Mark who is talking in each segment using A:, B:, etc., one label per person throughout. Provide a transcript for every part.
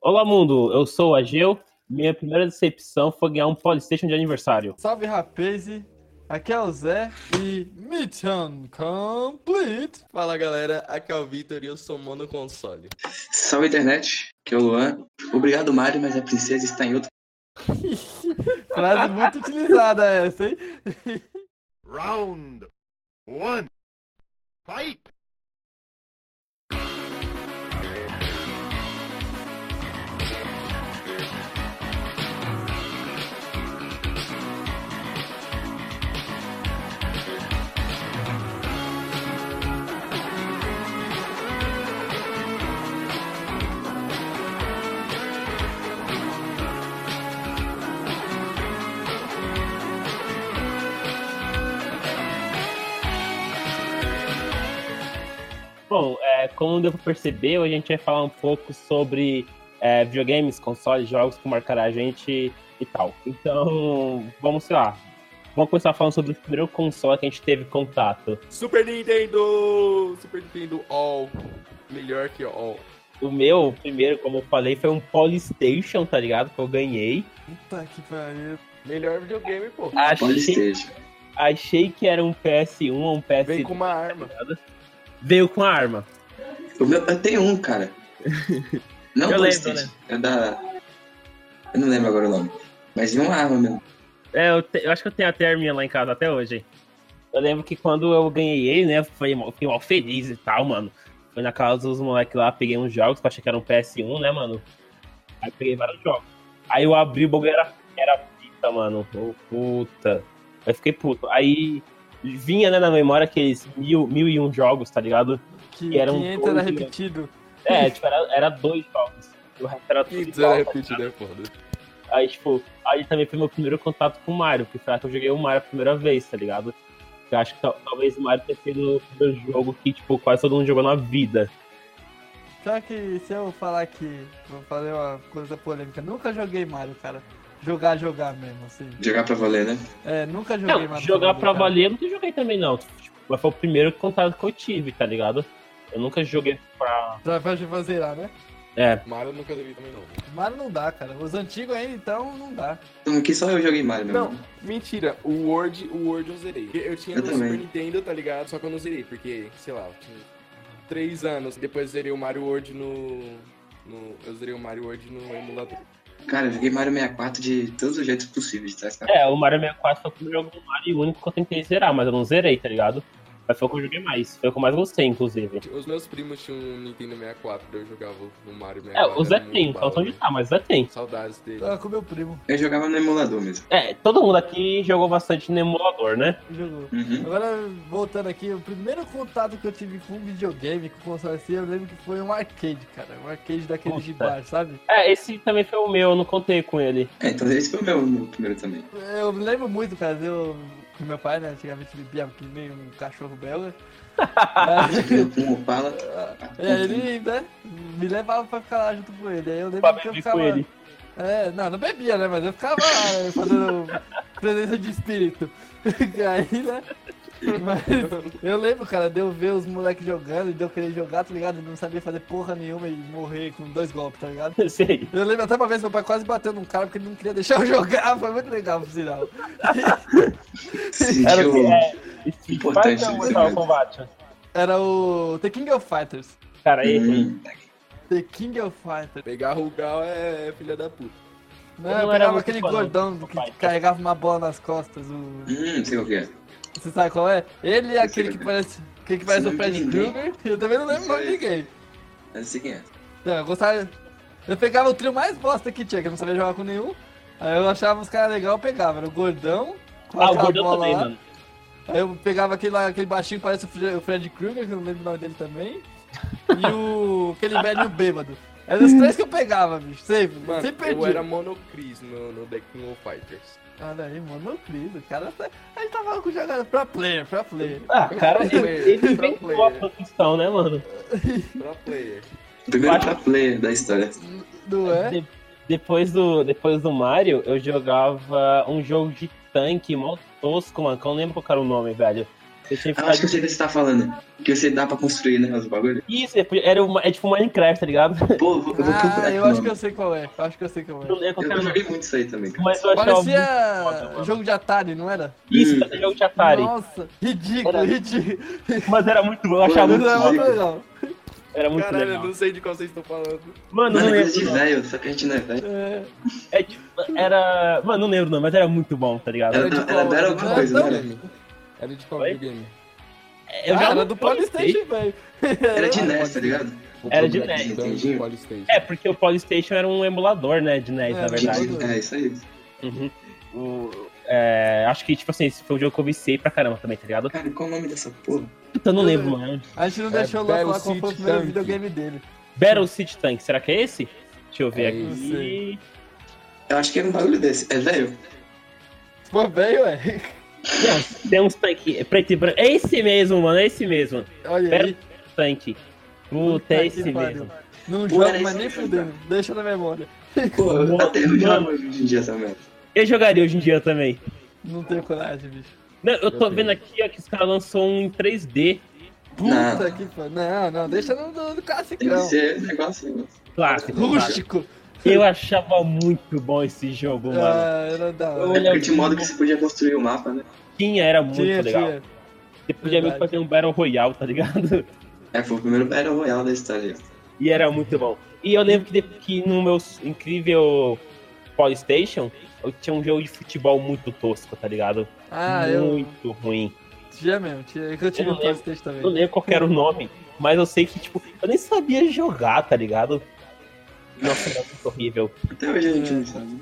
A: Olá, mundo! Eu sou o Ageu. Minha primeira decepção foi ganhar um PlayStation de aniversário.
B: Salve rapaze, aqui é o Zé e Mission Complete.
C: Fala galera, aqui é o Vitor e eu sou mono console.
D: Salve internet, que é o Luan. Obrigado, Mário, mas a princesa está em outro.
B: Frase muito utilizada essa, hein?
E: Round one. Fight!
A: Bom, é, como deu pra perceber, hoje a gente vai falar um pouco sobre é, videogames, consoles, jogos que marcaram a gente e tal. Então, vamos sei lá. Vamos começar falando sobre o primeiro console que a gente teve contato.
C: Super Nintendo! Super Nintendo All. Melhor que All.
A: O meu, primeiro, como eu falei, foi um Polystation, tá ligado? Que eu ganhei.
B: Puta que pariu.
C: Melhor videogame, pô.
A: Achei,
D: PlayStation.
A: achei que era um PS1 ou um PS2.
B: Vem com uma arma.
A: Veio com a arma.
D: O meu- eu tenho um, cara. Não
A: Eu né?
D: PlayStation. É da. Eu não lembro agora o nome. Mas é uma arma mesmo.
A: É, eu, te- eu acho que eu tenho até a minha lá em casa até hoje. Eu lembro que quando eu ganhei ele, né, foi mal- fiquei mal feliz e tal, mano. Foi na casa dos moleques lá, peguei uns jogos, que eu achei que era um PS1, né, mano? Aí peguei vários jogos. Aí eu abri o bagulho, era, era fita, mano. Ô, puta. Aí fiquei puto. Aí vinha, né, na memória aqueles mil, mil e um jogos, tá ligado?
B: Que,
A: Que era um
B: 500 era
A: gol, né?
B: repetido.
A: É, tipo, era, era dois jogos. E O resto era tudo
C: Que
B: né?
A: igual, tá
C: repetido, é foda.
A: Aí, tipo, aí também foi meu primeiro contato com o Mario, porque foi lá que eu joguei o Mario a primeira vez, tá ligado? Eu acho que tal- talvez o Mario tenha sido o primeiro jogo que, tipo, quase todo mundo jogou na vida.
B: Só que se eu falar que vou fazer uma coisa polêmica, nunca joguei Mario, cara. Jogar, jogar mesmo, assim.
D: Jogar pra valer, né?
B: É, nunca joguei
A: Não,
B: Mario.
A: jogar pra
B: cara.
A: valer eu nunca joguei também, não. Tipo, mas foi o primeiro contato que eu tive, tá ligado? Eu nunca joguei pra.
B: Pra pra fazer lá, né?
A: É,
C: Mario eu nunca joguei também não.
B: Mario não dá, cara. Os antigos ainda, então não dá.
D: Então aqui só eu joguei Mario mesmo.
C: Não, mentira. O Word, o Word eu zerei. Porque Eu tinha
D: Eu
C: no
D: também.
C: Super Nintendo, tá ligado? Só que eu não zerei, porque, sei lá, eu tinha 3 anos. Depois zerei o Mario World no... no- eu zerei o Mario World no emulador.
D: Cara, eu joguei Mario 64 de todos os jeitos possíveis, tá?
A: é, o Mario 64 foi o primeiro jogo do Mario e o único que eu tentei zerar, mas eu não zerei, tá ligado? Mas foi o que eu joguei mais. Foi o que eu mais gostei, inclusive.
C: Os meus primos tinham um Nintendo 64, daí eu jogava o Mario 64.
A: É, o Zé
C: era muito
A: tem,
C: bala,
A: falta onde
C: né?
A: tá, mas o Zé tem.
C: Saudades dele.
B: Tava com meu primo.
D: Eu jogava no emulador mesmo.
A: É, todo mundo aqui jogou bastante no emulador, né?
B: Jogou.
D: Uhum.
B: Agora, voltando aqui, o primeiro contato que eu tive com um videogame, com console assim, eu lembro que foi um arcade, cara. Um arcade daquele de
A: Puta.
B: bar, sabe?
A: É, esse também foi o meu, eu não contei com ele.
D: É, então esse foi o meu, meu primeiro também.
B: Eu me lembro muito, cara, eu com meu pai, né? Antigamente bebia que nem um cachorro belga.
D: Eu com o Opala.
B: e
A: É,
B: aí ele, né, me levava pra ficar lá junto com ele. Aí eu lembro
A: Pra
B: que eu
A: beber
B: ficava.
A: com ele.
B: É, não, não bebia, né? Mas eu ficava lá né, fazendo presença de espírito. Aí, né? Mas eu lembro, cara, de eu ver os moleques jogando e de eu querer jogar, tá ligado? Eu não sabia fazer porra nenhuma e morrer com dois golpes, tá ligado?
A: Eu sei.
B: Eu lembro até uma vez meu pai quase bateu num cara porque ele não queria deixar eu jogar, foi muito legal por sinal.
D: Sim,
A: Era
D: eu-
A: o que é. Street
D: Importante
A: Fighter ou
D: isso,
A: Mortal
D: né?
A: Kombat?
B: Era o The King of Fighters.
A: Cara, ele.
D: Hum,
B: The King of Fighters.
C: Pegar Rugal é filha da puta.
B: Não,
A: Eu não
B: eu
A: era
B: pegava
A: muito
B: aquele
A: fã, não,
B: gordão
A: do
B: que
A: Fighter.
B: carregava uma bola nas costas. O...
D: hum, sei qual que é.
B: Você sabe qual é? Ele é
D: Eu
B: aquele
D: sei
B: que
D: quem é.
B: parece, aquele que parece
D: Não
B: o Fred
D: lembro de ninguém.
B: Krueger. Eu também não lembro o nome de ninguém.
D: Mas eu sei quem é.
B: Não, eu gostava. Eu pegava o trio mais bosta que tinha, que eu não sabia jogar com nenhum. Aí eu achava os caras legais, eu pegava. Era o gordão. com
A: Ah, o
B: aquela
A: Gordão
B: bola
A: também,
B: lá.
A: mano.
B: Aí eu pegava aquele, lá, aquele baixinho que parece o Fre- o Fred Krueger, que eu não lembro o nome dele também. E o. aquele velho bêbado. Eram os três que eu pegava, bicho. Sempre.
C: Mano,
B: sempre
C: eu
B: perdi.
C: era um monocris no, no The King of Fighters.
B: Olha aí, mano, meu querido. O cara tá. A gente tava com jogada pra player, pra player.
A: Ah, cara,
C: Pro
A: ele,
C: player,
A: ele
C: pro
A: inventou a
C: player.
A: profissão, né, mano?
C: Pro player.
D: Primeiro
A: Acho-
D: pra player da história.
B: Não é?
A: De- depois, do, depois do Mario, eu jogava um jogo de tanque mó tosco, mano, que eu não lembro qual era o nome, velho. Eu tinha
D: Ah, acho
A: ficado-
D: que eu sei do que você tá falando. Que você dá pra construir, né? Os bagulhos.
A: Isso, era uma- é tipo Minecraft, tá ligado?
D: Pô, eu vou, eu vou
B: Ah,
D: procurar
B: eu
D: aqui,
B: acho que
D: mano.
B: eu sei qual é. Eu acho que eu sei qual é.
A: Eu não lembro qual que
D: eu,
A: era o
D: eu
A: nome,
D: joguei muito isso aí também, cara.
A: mas eu achava muito foda,
B: Parecia
A: mano.
B: jogo de Atari, não era?
A: Isso, esse jogo de Atari.
B: Nossa, ridículo,
A: Era-
B: ridículo.
A: Mas era muito bom, eu achava
D: Mano,
A: muito
B: Não, é muito
A: legal.
D: ridículo.
B: legal.
A: Era muito
C: Caralho, eu
A: legal.
C: não sei de qual vocês estão falando.
A: Mano, eu
D: Mano,
A: não
D: é coisa de
A: lembro. não.
D: velho, só que a gente não é velho.
B: É.
A: É tipo, era. Mano, não lembro não, mas era muito bom, tá ligado?
D: Era,
C: de
D: era,
C: qual?
D: era
B: Não,
D: alguma coisa,
B: não.
D: não era?
C: Era de qual
A: Oi?
C: videogame?
A: Eu
B: Ah,
A: já
B: era
A: não-
B: do
A: eu não sei.
B: Polystation, velho.
D: Era de NES, tá ligado?
A: Era de
D: NES,
C: Então,
D: entendi.
C: Polystation.
A: É, porque o Polystation era um emulador, né, de NES,
B: É,
A: na
B: de
A: verdade.
D: De- É, isso aí.
A: Uhum. O- é, acho que, tipo assim, esse foi o jogo que eu viciei pra caramba também, tá ligado?
D: Cara, qual o nome dessa porra?
A: Puta, eu não lembro, mano.
B: A gente não
C: É
B: deixou o Luan
C: Battle
B: falar qual foi o
C: City
B: primeiro
C: Tank.
B: videogame dele.
A: Battle City Tank, será que é esse? Deixa eu ver
C: É
A: aqui.
D: Eu acho que era um bagulho desse. É velho?
B: Pô, velho, ué.
A: Não, tem uns tanques preto e branco. É esse mesmo, mano, é esse mesmo.
B: Olha
A: Battle
B: aí.
A: City Tank. Puta, é esse mesmo.
B: Não
D: Pô, era
B: joga, mas
D: esse
B: nem
D: mesmo,
B: fudendo. Deixa na memória.
D: Pô, eu-
A: Mano.
D: até eu jogo hoje em dia essa merda.
A: Eu jogaria hoje em dia também.
B: Não tenho coragem, bicho.
A: Não, eu tô
C: Eu
A: vendo
C: tenho.
A: aqui ó, que os caras lançou um em 3D.
B: Puta que pariu. Não, não, deixa no, no, no
D: Tem que
B: classicão.
D: ser um negócio. é
A: Clássico.
B: Rústico.
A: Eu achava muito bom esse jogo, mano.
B: Ah, era da
A: Eu
B: hora.
D: É
A: olhava
D: porque de modo que você podia construir o mapa, né?
A: Tinha, era muito
B: Tinha,
A: legal.
B: tinha.
A: Você podia meio que
B: Verdade.
A: fazer um Battle Royale, tá ligado?
D: É, foi o primeiro Battle Royale da história.
A: E era muito bom. E eu lembro que, de- que no meu incrível Polystation, eu tinha um jogo de futebol muito tosco, tá ligado?
B: Ah, eu
A: muito ruim.
B: tinha mesmo. Tinha. Eu tive
A: Eu
B: um
A: não lembro.
B: PlayStation
A: Eu não
B: também.
A: lembro qual que era o nome, mas eu sei que, tipo, eu nem sabia jogar, tá ligado? Nossa, era muito horrível.
D: Até hoje a gente não sabe.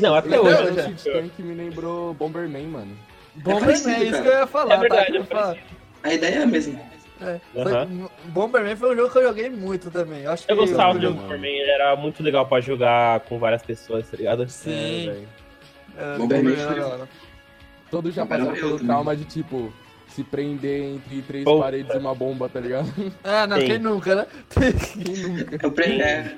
A: Não, até
C: Até
A: hoje.
B: hoje,
A: eu não
C: hoje,
A: sei.
C: Tank me lembrou Bomberman, mano.
B: Bomberman, é
D: parecido,
B: isso
D: cara.
B: que eu ia falar.
A: É verdade,
B: tá? Eu ia
A: é
B: falar.
D: A ideia é a mesma.
B: É, só que Bomberman foi um jogo que eu joguei muito também. Eu acho que é,
A: Eu gostava
B: eu-
A: do jogo por mim, ele era muito legal pra jogar com várias pessoas, tá ligado?
B: Sim.
C: É, velho.
B: É,
D: Bomberman
B: Bomberman
D: foi-
B: era da hora.
C: Todos já
D: Bomberman
C: passaram
D: eu
C: pelo
D: também.
C: trauma de, tipo, se prender entre três
A: Puta.
C: paredes e uma bomba, tá ligado?
B: Ah, não,
A: Sim.
B: quem nunca, né?
C: Quem nunca?
D: Eu pre... é,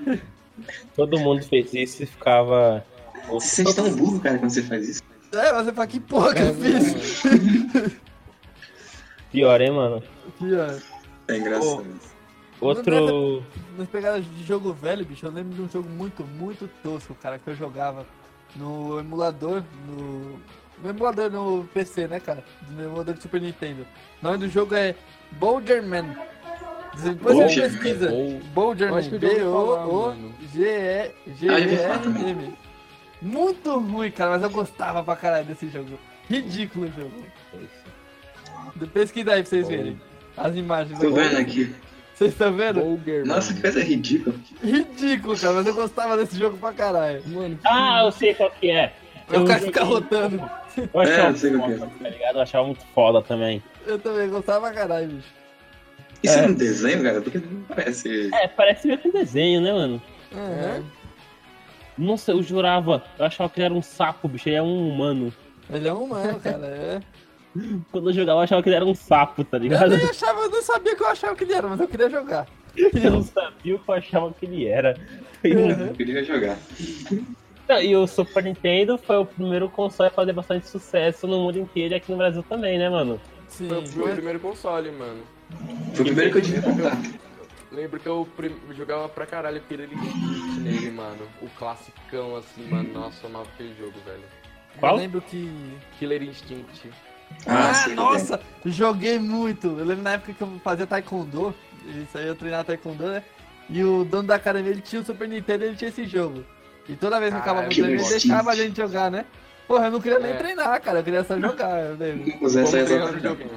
A: Todo mundo fez isso e ficava.
D: Você se sente tão burro, cara, quando você faz isso.
B: É, mas você fala que porra que eu fiz.
A: Pior, hein, mano?
B: Aqui, ó.
D: É engraçado.
A: Outro.
B: Nós pegaram de jogo velho, bicho. Eu lembro de um jogo muito, muito tosco, cara, que eu jogava no emulador, no. No emulador no PC, né, cara? No emulador de Super Nintendo. O nome do jogo é Boulderman. Depois você
D: Boulderman,
B: pesquisa.
C: ou- Eu
B: Boulderman.
C: acho que eu já ouvi falar,
D: Ah, eu já ouvi falar
B: B-O-O-G-E-G-E-R-M. Muito ruim, cara, mas eu gostava pra caralho desse jogo. Ridículo o jogo. Pesquisa aí pra vocês verem. As imagens.
D: Tô vendo aqui.
B: Vocês estão vendo?
C: Bomberman.
D: Nossa, que coisa ridícula.
B: Ridículo, cara, mas eu gostava desse jogo pra caralho.
C: Mano,
A: Ah, eu sei qual que é.
B: Eu quero
A: joguei-
B: ficar rotando.
A: Eu
D: É, eu
A: achava
D: sei qual que
A: muito foda, tá ligado? Eu achava muito foda também.
B: Eu também gostava pra caralho, bicho.
D: Isso
A: É.
D: é um desenho, cara? Porque não parece.
A: É, parece meio que um desenho, né, mano?
B: Uhum.
A: Nossa, eu jurava. Eu achava que ele era um sapo, bicho. Ele é um humano.
B: Ele é um humano, cara. É.
A: Quando eu jogava, eu achava que ele era um sapo, tá
B: Eu
A: ligado?
B: nem achava, eu não sabia que eu achava que ele era, mas eu queria jogar.
A: Eu não sabia o que eu achava que ele era. Foi um
D: Eu queria jogar.
A: Não, E o Super Nintendo foi o primeiro console a fazer bastante sucesso no mundo inteiro e aqui no Brasil também, né, mano?
B: Sim.
C: foi o meu primeiro console, mano.
D: Foi o primeiro que eu tive contato.
C: Lembro que eu prim- eu jogava pra caralho aquele Elite nele, mano. O classicão, assim, mano. Nossa, eu amava aquele jogo, velho.
A: Qual?
B: Eu lembro que.
C: Killer Instinct.
B: Ah,
D: sei qual que é.
B: nossa! Joguei muito! Eu lembro na época que eu fazia taekwondo, isso aí eu treinava taekwondo, né? E o dono da academia, ele tinha o Super Nintendo ele tinha esse jogo. E toda vez que acabava o
C: Caralho,
B: treino, ele
D: que
B: deixava a
D: instinto.
B: gente jogar, né? Porra, eu não queria nem
C: É.
B: treinar, cara, eu queria só jogar, eu lembro.
D: é. Vamos usar
C: Como
D: essa
C: ganhar
D: ressalva.
C: videogame.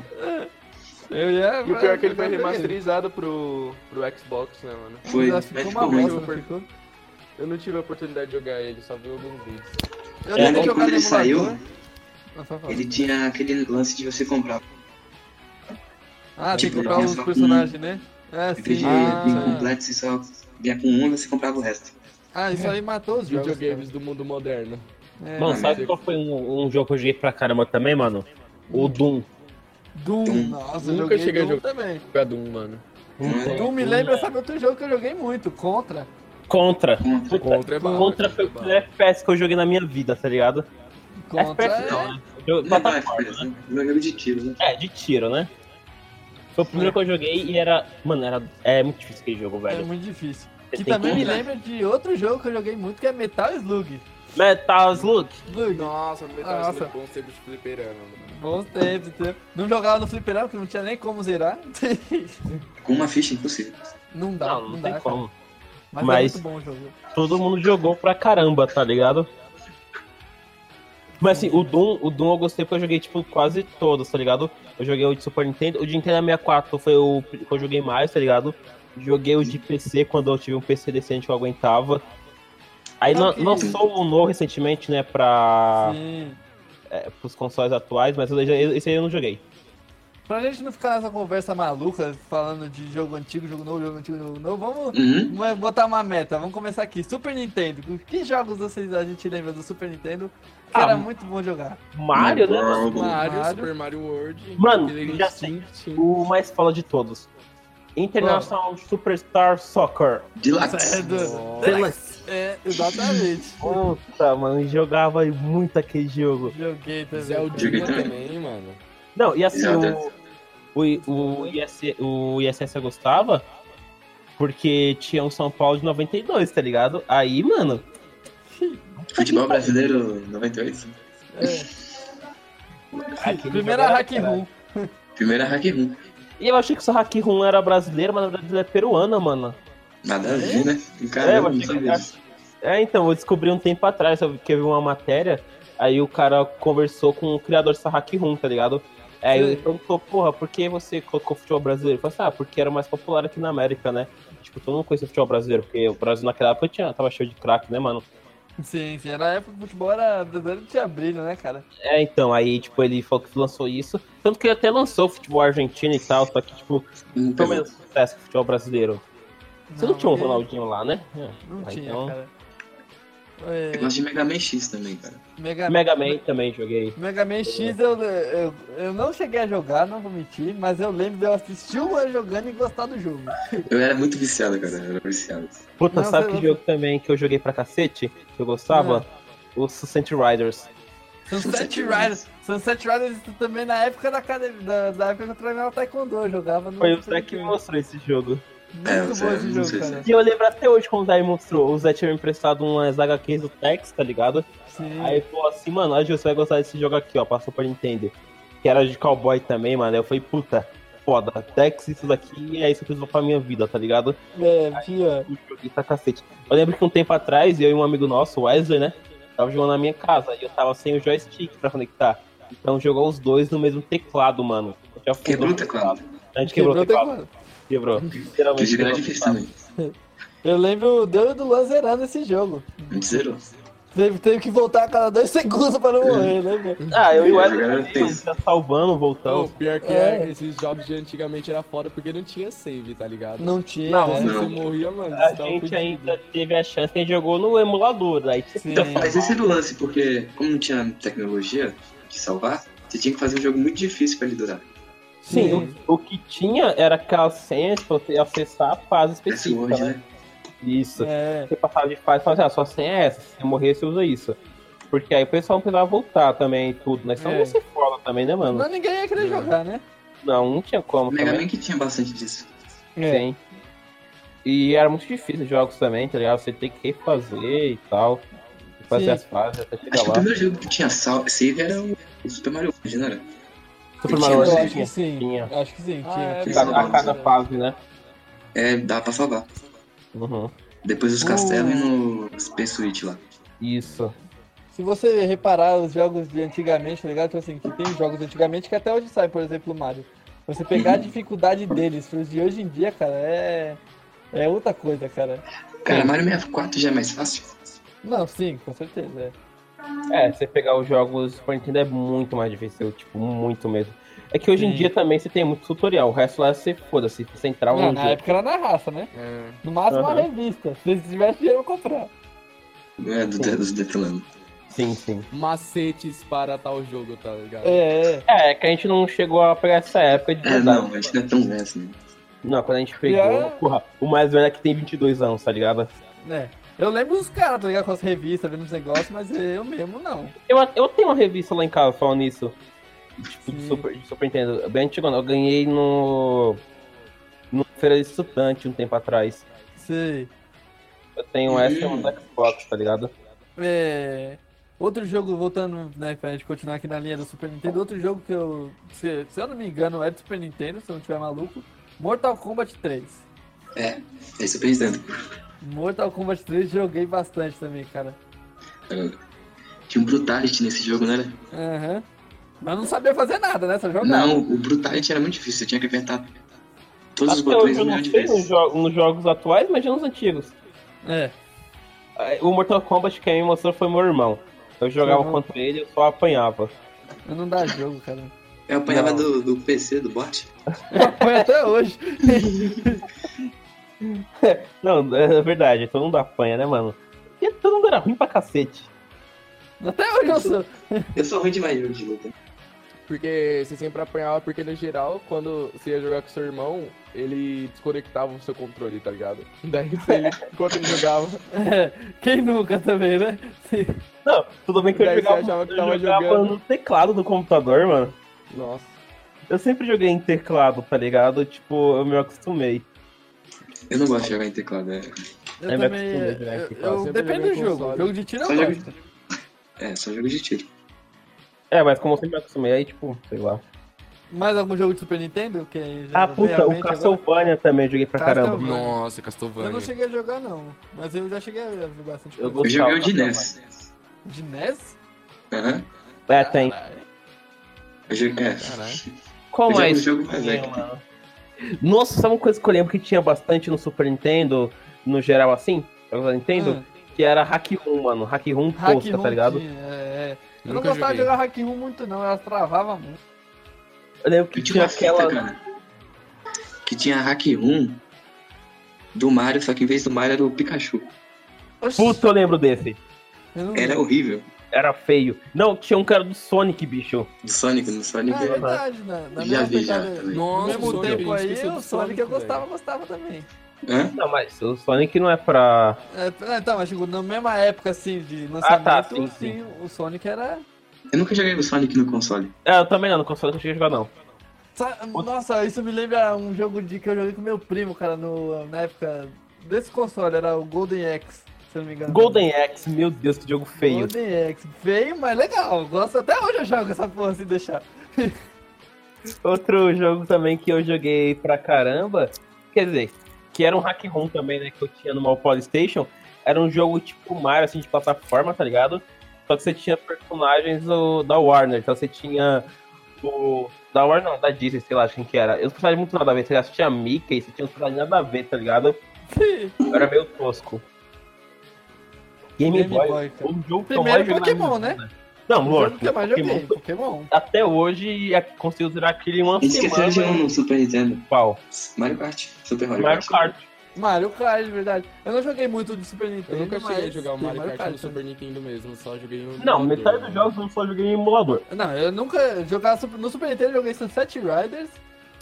B: Eu ia...
C: E o pior é que ele foi remasterizado pro, pro Xbox, né, mano?
D: Foi. tipo,
B: Nossa,
D: Mas
B: ficou
D: ficou
B: uma
D: ruim.
B: bosta, não ficou?
C: Eu não tive a oportunidade de jogar ele, só vi alguns vídeos.
B: Eu
A: É,
B: lembro de
D: logo
B: jogar
D: quando
B: no
D: ele saiu,
B: emulador. Ah, só fala.
D: Ele tinha aquele lance de você comprar.
B: Ah, tem que
D: tipo,
B: comprar os
D: só-
B: personagens, né? É,
D: Aquele
B: sim.
D: de
C: Ah.
D: vinho um completo, você só vinha com um e você comprava o resto.
B: Ah, isso aí matou os jogos.
C: Videogames do mundo moderno.
B: cara. É.
A: Mano, sabe
C: mas-
A: qual foi um, um jogo que eu joguei pra caramba também, mano? O Doom.
B: Doom, nossa, eu joguei
C: Nunca cheguei a
B: Doom
C: jogar.
B: também.
C: Jogador, mano.
B: Doom me lembra, sabe, outro jogo que eu joguei muito, Contra.
A: Contra.
D: Contra.
A: Puta,
C: Contra é bala,
A: Contra foi o
C: é bala.
A: primeiro FPS que eu joguei na minha vida, tá ligado?
B: Contra
A: FPS
B: é...
A: não, né? Jogo,
D: Não é
A: plataforma,
D: Darksiders, né? É um jogo de tiro, né?
A: É, de tiro, né? Foi o primeiro que eu joguei e era. Mano, era. É muito difícil aquele jogo,
B: É
A: velho.
B: muito difícil.
A: Você
B: Que
A: tem
B: também né? me
D: que-
B: lembra de outro jogo que eu joguei muito, que é Metal Slug.
A: Metal Slug.
B: Slug.
C: Nossa, Metal
B: Nossa.
C: Slug bons tempos de fliperama, mano.
B: Bons tempos, entendeu? Não jogava no fliperama, porque não tinha nem como zerar.
D: Com uma ficha impossível.
B: Não dá,
A: Não,
B: Tá, não,
A: não,
B: dá,
A: tem
B: cara.
A: como.
B: Mas,
A: Mas-
B: é muito bom o jogo.
A: Todo mundo jogou pra caramba, tá ligado? Mas assim, o Doom, o Doom eu gostei porque eu joguei, tipo, quase todos, tá ligado? Eu joguei o de Super Nintendo, o de Nintendo é 64 foi o que eu joguei mais, tá ligado? Joguei o de PC quando eu tive um PC decente que eu aguentava. Aí lan-
B: Ok.
A: lançou um novo recentemente, né, pra
B: Sim.
A: é, pros consoles atuais, mas eu já- esse aí eu não joguei.
B: Pra gente não ficar nessa conversa maluca, falando de jogo antigo, jogo novo, jogo antigo, jogo novo, vamos
D: Uhum.
B: vamos botar uma meta. Vamos começar aqui. Super Nintendo. Que jogos vocês a gente lembra do Super Nintendo? Que
A: Ah,
B: era muito bom jogar.
A: Mario, né? mano?
D: Marble.
C: Mario,
B: Mario.
C: Super Mario World.
A: Mano,
C: Killer
A: já
C: Instinct.
A: O mais foda de todos. International Superstar Soccer.
D: Deluxe.
B: É, do- é, exatamente.
A: Puta, mano, jogava muito aquele jogo.
B: Joguei também.
D: Joguei
C: Zeldinha
D: também.
C: também, mano.
A: Não, e assim,
D: Zelda.
A: o, o, o, IS, o ISS eu gostava, porque tinha um São Paulo de 92, tá ligado? Aí, mano,
D: Futebol brasileiro 98.
B: É.
A: Aquele jogo
B: Primeira
A: era
B: hack room.
D: Primeira hack room.
A: e eu achei que essa Haki Run era brasileira, mas na verdade ela é peruana, mano.
D: Nada a ver, né?
A: É,
D: Caramba,
A: eu
D: não
A: achei que-
D: sabia disso.
A: É, então, eu descobri um tempo atrás, eu- que eu vi uma matéria, aí o cara conversou com o criador dessa Hack Room, tá ligado? Aí ele perguntou, porra, por que você colocou futebol brasileiro? Ele falou assim, ah, porque era o mais popular aqui na América, né? Tipo, todo mundo conhecia futebol brasileiro, porque o Brasil naquela época tinha, tava cheio de craque, né, mano?
B: Sim, sim. Era a época que o futebol era brasileiro tinha brilho, né, cara?
A: É, então, aí, tipo, ele falou que lançou isso. Tanto que ele até lançou o futebol argentino e tal, só que, tipo,
D: Não
A: pelo
D: pegou.
A: menos sucesso com o futebol brasileiro. Você não, tinha um
B: porque
A: Ronaldinho lá, né? É.
B: Não
A: Ah,
B: tinha,
A: então-
B: cara.
D: Eu
B: É,
D: gosto de Mega Man X também, cara.
B: Mega,
A: Mega Man também joguei.
B: Mega Man X eu, eu, eu não cheguei a jogar, não vou mentir, mas eu lembro de eu assistir o Juan jogando e gostar do jogo.
D: Eu era muito viciado, cara. Eu era viciado.
A: Puta,
B: Não,
A: sabe
B: sei
A: que
B: lá.
A: jogo também que eu joguei pra cacete? Que eu gostava? O Sunset Riders.
B: Sunset
D: Sunset
B: Riders. Sunset Riders isso também na época da, academia, da, da época que eu treinava Taekwondo, eu jogava no.
A: Foi o Zé que me mostrou esse jogo.
B: Muito
D: É,
B: bom
D: você-
B: esse
D: não
B: jogo,
D: sei se-
B: cara.
A: E eu lembro até hoje quando o Zé me mostrou. O Zé tinha me emprestado umas HQs do Tex, tá ligado?
B: Sim.
A: Aí ele falou assim, mano, acho que você vai gostar desse jogo aqui, ó. Passou pra Nintendo. Que era de cowboy também, mano. Eu falei, puta, foda. Tex, isso daqui é isso que eu preciso pra minha vida, tá ligado?
B: É, tinha.
A: Eu joguei pra cacete. Eu lembro que um tempo atrás, eu e um amigo nosso, o Wesley, né? Tava jogando na minha casa e eu tava sem o joystick pra conectar. Então jogou os dois no mesmo teclado, mano. Já afundou
D: Quebrou o teclado.
A: A gente quebrou, o teclado. Uhum.
B: teclado.
A: Quebrou.
D: Que
A: Literalmente.
D: jogo era
A: quebrou o
D: difícil
A: teclado.
D: também.
B: Eu lembro deu do Luan zerando esse jogo.
D: A gente zerou.
B: Teve, teve que voltar a cada dois segundos pra não morrer, né, velho?
A: Ah, eu e o
D: Jogar era
A: Wesley também,
D: tenso.
A: tá salvando,
C: Pô,
A: voltando.
C: pior que
B: É.
C: é, esses jogos de antigamente era foda porque não tinha save, tá ligado?
B: Não tinha.
A: Não,
B: né?
C: Nossa,
D: Não.
C: você morria, mano.
A: A
C: você tava
A: gente
C: fudido.
A: ainda teve a chance que a gente jogou no emulador. Aí
B: Sim.
A: Então,
D: Mas esse era o lance, porque como não tinha tecnologia de salvar, você tinha que fazer um jogo muito difícil pra ele durar.
A: sim, o, o que tinha era aquelas senhas pra você acessar a fase
D: Esse
A: específica,
D: hoje,
A: né?
D: né?
A: Isso.
B: É.
A: você passava de fase e falava assim, ah, sua senha é essa, se você morrer, você usa isso. Porque aí o pessoal não precisava voltar também e tudo, né? Senão
B: É.
A: é. você foda também, né, mano?
B: Mas ninguém ia querer jogar, né?
A: Não, não tinha como
D: Mega
A: também.
D: Man que tinha bastante disso.
B: É.
A: Sim. E era muito difícil os jogos também, tá ligado? Você tem que refazer e tal. Fazer
B: Sim.
A: as fases até
D: Acho
A: chegar
D: que o
A: lá.
D: primeiro jogo que tinha sal- save era o o Super Mario World, né? não era?
A: Super
D: que
A: Mario
D: tinha
B: Eu
A: World
B: acho
A: tinha.
B: que sim.
A: tinha.
B: Eu Acho que sim,
C: Ah,
B: tinha.
C: é,
D: Tinha.
A: A, a cada fase, né?
D: É, dá pra salvar.
A: Uhum.
D: Depois os castelos e no Space Switch lá.
A: Isso.
B: Se você reparar os jogos de antigamente, tá ligado? Tipo assim, que tem jogos antigamente que até hoje saem, por exemplo, o Mario. Você pegar a
A: Uhum.
B: dificuldade deles pros de hoje em dia, cara, é. É outra coisa, cara.
D: Cara, Mario 64 já é mais fácil.
B: Não, sim, com certeza. é.
A: É, você pegar os jogos do Super Nintendo é muito mais difícil, tipo, muito mesmo. É que hoje em
B: Sim.
A: dia também você tem muito tutorial, o resto lá você foda-se, você entrar
B: Não,
A: um
B: na época era na raça, né?
C: É.
B: No máximo uma
A: Aham.
B: revista. Se eles tivessem dinheiro, eu comprar.
D: É, do,
A: Sim.
D: dos Detonando.
A: Sim, sim.
C: Macetes para tal jogo, tá ligado?
B: É, é.
A: É, é que a gente não chegou a pegar essa época de
D: É,
A: verdade.
D: não, a gente não é tão velho assim.
A: Não, quando a gente pegou,
B: E é-
A: porra, o mais velho é que tem 22 anos, tá ligado?
B: É. Eu lembro dos caras, tá ligado? Com as revistas, vendo os negócios, mas eu mesmo não.
A: Eu, eu tenho uma revista lá em casa falando nisso. Tipo, de
B: Sim.
A: Super, de Super Nintendo. Bem antigo, eu ganhei no. No Feira de Estudante um tempo atrás.
B: Sei.
A: Eu tenho essa e uma
D: Hum.
A: do Xbox, tá ligado?
B: É, Outro jogo, voltando, né, pra gente continuar aqui na linha do Super Nintendo, outro jogo que eu. Se, se eu não me engano, é do Super Nintendo, se eu não tiver maluco. Mortal Kombat 3.
D: É Super Nintendo.
B: Mortal Kombat 3 joguei bastante também, cara.
D: Tinha um Brutality nesse jogo, não era?
B: Aham. Mas não sabia fazer nada, né? Só jogava.
D: Não, o Brutality era muito difícil, você tinha que apertar todos os
A: Até hoje
D: botões um
A: eu
D: milhão
A: não
D: de
A: sei nos,
D: vezes.
A: jo- nos jogos atuais, mas já nos antigos.
B: É.
A: Ah, O Mortal Kombat que me mostrou foi meu irmão. Eu jogava
B: Uhum.
A: contra ele, eu só apanhava.
B: Eu não dá jogo, cara.
D: Eu apanhava
A: Não.
D: do, do PC, do bot.
B: Eu apanho até hoje.
A: Não, é verdade, todo mundo apanha, né, mano? Porque todo mundo era ruim pra cacete.
B: Até hoje eu sou.
D: Eu sou ruim demais de jogo de luta.
C: Porque você sempre apanhava, porque no geral, quando você ia jogar com seu irmão, ele desconectava o seu controle, tá ligado? Daí você, enquanto ele jogava,
B: É, quem nunca também, né? Sim.
A: Não, tudo bem que eu
C: Daí você
A: jogava,
C: achava que
A: eu
C: tava
A: jogava
C: jogando.
A: no teclado do computador, mano.
C: nossa.
A: Eu sempre joguei em teclado, tá ligado? Tipo, eu me acostumei.
D: Eu não gosto de jogar em teclado, é,
B: Eu
A: É, mas
B: também.
A: tudo
B: Eu,
A: bem, né, que
B: eu-
C: tá.
B: depende do
C: Sempre joguei
B: jogo.
C: console.
B: Jogo de tiro eu
D: Só jogo
B: gosto.
D: é só jogo de tiro.
A: É, mas como eu sempre me acostumei, aí, tipo, sei lá.
B: Mais algum jogo de Super Nintendo? Que já
A: Ah, puta, o
B: realmente agora-
A: Castlevania também eu joguei pra caramba.
B: Castlevania.
C: Nossa,
B: Eu não
C: Castlevania.
B: cheguei a jogar, não. Mas eu já cheguei a ver bastante
A: Eu
D: Eu
A: gostei.
B: coisa.
D: joguei o de
A: Gostava,
D: NES.
B: De NES?
D: Aham.
A: É, tem.
D: Eu joguei. É.
C: Caralho.
A: Qual
D: Eu jogo
A: mais?
D: um jogo mais
A: tinha,
D: velho.
A: mano? é Nossa, sabe uma coisa que eu lembro que tinha bastante no Super Nintendo, no geral assim? Jogos da Nintendo?
B: Ah,
A: Que era Hack Room, mano. Hack Room
B: Hack
A: posta,
B: Room
A: tá ligado?
B: tinha, é, é. Eu não
C: Nunca
B: gostava de
C: joguei.
B: jogar Hack Room muito, não. Ela travava muito.
A: Eu lembro que
D: Eu tinha
A: tinha
D: uma fita,
A: aquela.
D: cara. Que tinha hack 1 do Mario, só que em vez do Mario era o Pikachu.
B: Oxi,
A: Puta, eu lembro desse.
B: eu não-
D: Era horrível.
A: Era feio. Não, tinha um cara do Sonic, bicho.
D: Do Sonic, no Sonic.
B: Ah, é verdade, na, na
D: Já
B: mesma
D: vi, já,
B: pegada-
D: também.
B: No
C: Nossa,
B: mesmo
C: Sonic,
B: tempo
C: eu
B: aí,
C: esqueci do
B: o Sonic eu
C: velho.
B: gostava, gostava também.
D: Hã?
A: Não, mas o Sonic não é pra.
B: É, ah, então, mas digo, na mesma época, assim, de lançamento,
A: tá, sim,
B: sim, o Sonic era...
D: Eu nunca joguei o Sonic no console.
A: É, eu também não, no console eu não cheguei a jogar, não.
B: Sa- Nossa, isso me lembra um jogo de que eu joguei com meu primo, cara, no, na época desse console, era o Golden Axe, se eu não me engano.
A: Golden Axe, meu Deus, que jogo feio.
B: Golden Axe, feio, mas legal. Gosto até hoje eu jogo essa porra assim, se deixar.
A: Outro jogo também que eu joguei pra caramba, quer dizer, que era um hack ROM também, né, que eu tinha no meu PlayStation, era um jogo tipo Mario, assim, de plataforma, tá ligado? Só que você tinha personagens do- da Warner, então você tinha o... Da Warner não, da Disney, sei lá, quem que era. Eu não personagens muito nada a ver, você tinha Mickey, você tinha uns personagens nada a ver, tá ligado? Eu era meio tosco. Game,
B: Game
A: Boy,
B: Boy, cara.
A: um jogo que eu
B: Primeiro
A: mais joguei na minha
B: Pokémon, né?
A: vida. Não,
B: O jogo
A: lógico,
B: que eu mais
A: Pokémon,
B: joguei, Pokémon.
A: até hoje é- consigo zerar aquele em uma
D: A gente esqueceu de um
A: semana
D: no Super Nintendo.
A: e pau.
D: Mario Kart. Super Mario,
A: Mario Kart.
B: Mario Kart, de verdade. Eu não joguei muito de Super
C: Eu
B: Nintendo,
C: nunca cheguei a
B: mas
C: jogar o
B: tem
C: Mario Kart no
B: também.
C: Super Nintendo mesmo, só joguei no.
A: Não,
C: no
A: metade
C: computador,
A: dos
C: né?
A: jogos eu só joguei em emulador.
B: Não, eu nunca jogava Super- no Super Nintendo, eu joguei Sunset Riders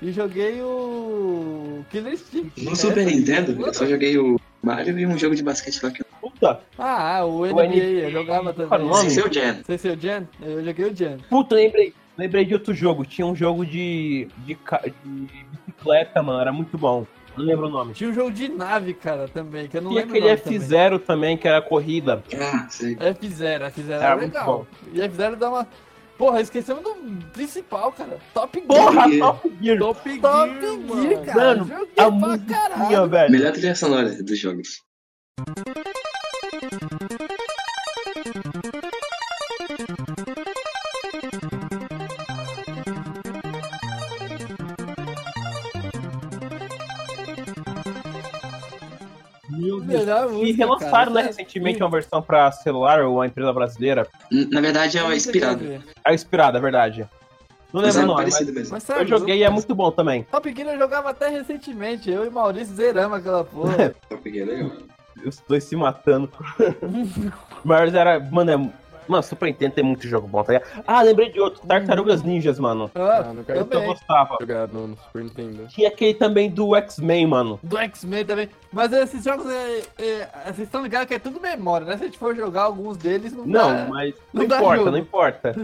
B: e joguei o Killer Instinct.
D: No
B: né?
A: É.
D: Super Nintendo, eu
B: Outra.
D: só joguei o Mario e um jogo de basquete lá que eu
A: Puta,
B: Ah, o NBA, eu jogava
A: Qual
B: também.
A: o nome?
D: Seu Jan.
B: Você é o Jan? Eu joguei o Jan.
A: puta, lembrei. Lembrei de outro jogo. Tinha um jogo de. de, ca- de bicicleta, mano. Era muito bom. Não lembro o nome.
B: Tinha um jogo de nave, cara, também, que eu não
A: Tinha
B: lembro o
A: aquele
B: nome também.
A: F0 também. que era corrida.
D: Ah, sei.
B: F0, F0
A: Era
B: era
A: Ah, muito
B: legal. E F0 dá uma. Porra, esquecemos do principal, cara. Top Gear.
A: Porra,
D: Gear.
A: Top Gear.
C: Top Gear,
B: Top Gear,
C: mano.
B: cara.
A: Mano,
B: Joguei
A: A assim,
B: pra
A: musiquinha,
B: caralho.
A: velho.
D: Melhor trilha sonora dos jogos.
A: Meu Deus.
B: Melhor
A: E
B: música, É,
A: relançaram, né,
B: cara.
A: recentemente, uma versão pra celular, uma empresa brasileira.
D: N- Na verdade é
B: Eu
D: uma
B: nunca
D: inspirada.
B: joguei.
A: É inspirada, é verdade. Não
D: Mas
A: lembro
D: é
A: o nome, mas
D: parecido né? mesmo.
B: Mas sabe,
A: eu joguei e é muito bom também.
B: Top Gear eu jogava até recentemente. Eu e Maurício zeramos aquela porra.
D: Eu peguei legal.
A: Os dois se matando. Mas era. Mano, é- Mano, Super Nintendo tem muito jogo bom, tá ligado? Ah, lembrei de outro, Tartarugas Ninjas, mano.
B: Ah,
C: Ah, não
B: eu
C: quero
A: Esse eu
B: também.
A: gostava.
C: jogar no, no Super Nintendo.
A: Tinha aquele também do X-Men, mano.
B: Do X-Men também. Mas esses jogos, é, é, vocês estão ligados que é tudo memória, né? Se a gente for jogar alguns deles, não,
A: Não,
B: dá.
A: mas
B: não
A: não,
B: dá
A: importa,
B: jogo.
A: não importa.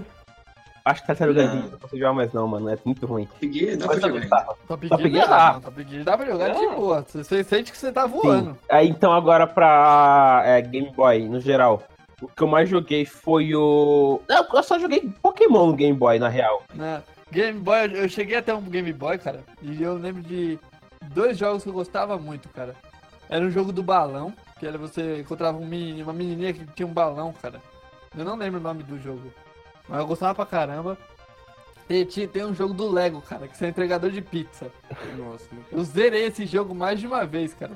A: Acho que Tartarugas
D: Não.
A: Ninjas não consigo jogar mais não, mano. É muito ruim.
D: Peguei, dá pra
A: Mas tá eu
D: jogar. ainda.
A: gostava.
B: Top
A: Top
B: Gear
A: Gear
B: dá,
A: dá.
B: não. Top Gear dá pra jogar de
A: Dá.
B: boa. Você, você sente que você tá voando.
A: Sim. Aí, então agora pra é, Game Boy, no geral. O que eu mais joguei foi o. Não, eu só joguei Pokémon no Game Boy, na real.
B: Na Game Boy, eu- eu cheguei até um Game Boy, cara, e eu lembro de dois jogos que eu gostava muito, cara. Era um jogo do balão, que era você encontrava um menino, uma menininha que tinha um balão, cara. Eu não lembro o nome do jogo, mas eu gostava pra caramba. E tinha, tem um jogo do Lego, cara, que você é entregador de pizza.
C: Nossa, não-
B: Eu zerei esse jogo mais de uma vez, cara.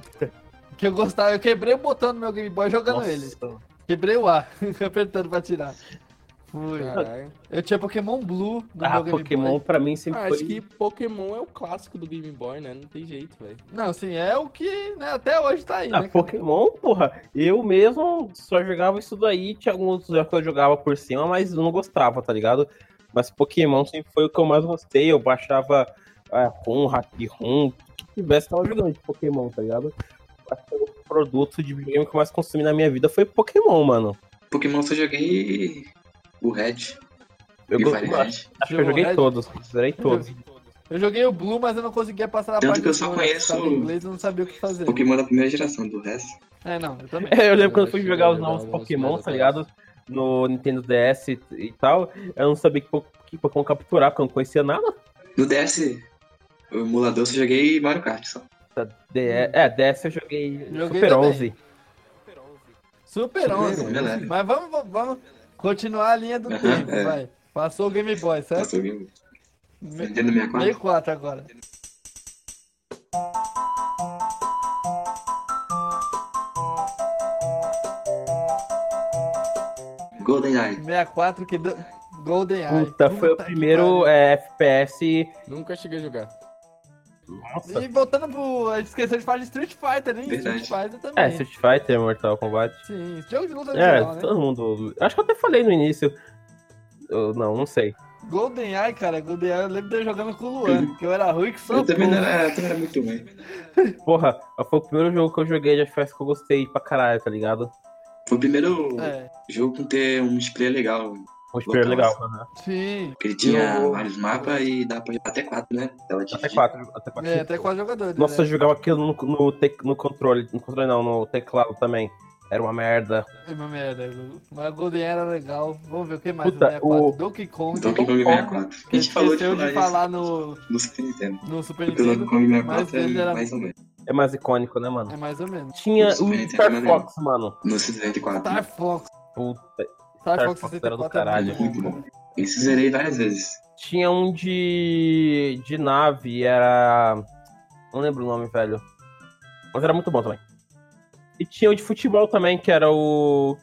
B: Que eu gostava, eu quebrei o botão do meu Game Boy jogando
A: Nossa.
B: ele. então. Quebrei o ar, apertando pra tirar. Fui.
C: caralho.
B: Eu tinha Pokémon Blue no
A: Ah,
B: meu Game Boy.
A: Pokémon pra mim sempre
C: Ah,
A: foi.
C: acho que Pokémon é o clássico do Game Boy, né? Não tem jeito, velho.
B: Não, sim, é o que né, até hoje tá aí,
A: Ah,
B: né? cara?
A: Pokémon, porra, eu mesmo só jogava isso daí, tinha alguns outros jogos que eu jogava por cima, mas eu não gostava, tá ligado? Mas Pokémon sempre foi o que eu mais gostei, eu baixava é, ROM, Hack ROM, o que tivesse tava jogando de Pokémon, tá ligado? Acho que o produto de videogame que eu mais consumi na minha vida foi Pokémon, mano.
D: Pokémon só joguei o Red.
A: Eu
D: e
A: go-
D: Fire
A: acho,
D: Red.
A: acho que eu joguei
B: Red?
A: todos, considerei todos.
B: Eu joguei o Blue, mas eu não conseguia passar a
D: Tanto
B: parte
D: que eu
B: do
D: só
B: Blue,
D: conheço-
B: sabe inglês, eu não sabia o que fazer.
D: Pokémon da primeira geração, do resto.
B: É, não, eu também.
A: É, Eu lembro quando eu
C: Eu
A: fui
C: acho
A: jogar
C: que eu
A: os
C: jogava
A: novos
C: uns
A: Pokémon,
C: mais
A: tá ligado? No Nintendo DS e- e tal, eu não sabia que, po- que Pokémon capturar, porque eu não conhecia nada.
D: No DS, o emulador, só joguei Mario Kart só.
A: D- é, DS eu joguei,
B: Joguei
A: Super
B: também.
A: 11.
B: Super 11.
D: Beleza, beleza.
B: Mas vamos, vamos, vamos continuar a linha do
D: Aham,
B: tempo,
D: é.
B: vai. Passou o Game Boy, certo?
D: Passou o
B: Me-
D: um Nintendo 64.
B: 64 agora.
D: GoldenEye.
B: 64 que do... Golden Eye.
A: Puta, foi o primeiro é, FPS.
C: Nunca cheguei a jogar.
A: Nossa.
B: E voltando pro. A gente esqueceu de falar de Street Fighter, hein?
D: Verdade.
B: Street Fighter também.
A: É, Street Fighter, Mortal Kombat.
B: Sim, jogo de luta
A: É,
B: geral, né?
A: todo mundo. Acho que eu até falei no início. Eu- não, não sei.
B: GoldenEye, cara, GoldenEye, eu lembro de eu jogando com o Luan, que eu era ruim que só
D: Uhum. Eu também
B: pô.
D: não era, eu também era muito ruim.
A: Porra, foi o primeiro jogo que eu joguei de FPS que eu gostei pra caralho, tá ligado?
D: Foi o primeiro
B: É,
D: jogo com ter um display legal.
A: Um super legal.
D: Legal.
A: aham.
B: sim,
D: Que ele tinha
C: Eu-
D: vários mapas e dá pra jogar até quatro, né? Tela de
A: Até quatro. Até quatro.
B: é, até quatro jogadores.
A: Nossa, eu
B: né?
A: jogava aquilo no, no, tec- no controle. No controle não, no teclado também. Era uma merda.
B: É uma merda, mas GoldenEye era legal. Vamos ver o que mais
A: Puta,
B: do 64.
A: o-
B: Donkey Kong.
D: Donkey Então, Kong 64. A
B: que
D: gente falou de
B: esqueceu
D: falar
B: de
D: isso
B: falar no,
D: no Super Nintendo.
B: no Super
D: Porque o Donkey
B: Nintendo,
D: Kong
B: mas
D: 64
B: ele
D: é
B: era...
D: mais ou menos.
A: É mais icônico, né, mano?
B: É mais ou menos.
A: Tinha
D: Isso,
A: o
B: tá
D: gente,
A: Star
D: era
A: Fox, mano.
D: No 64.
B: Star Fox.
A: Puta,
B: Star,
A: Star
B: Fox
A: Fox era do
B: 64 é muito
D: caralho.
B: bom.
D: Esse zerei várias vezes.
A: Tinha um de, de nave, era. Não lembro o nome, velho. Mas era muito bom também. E tinha o de futebol também, que era o.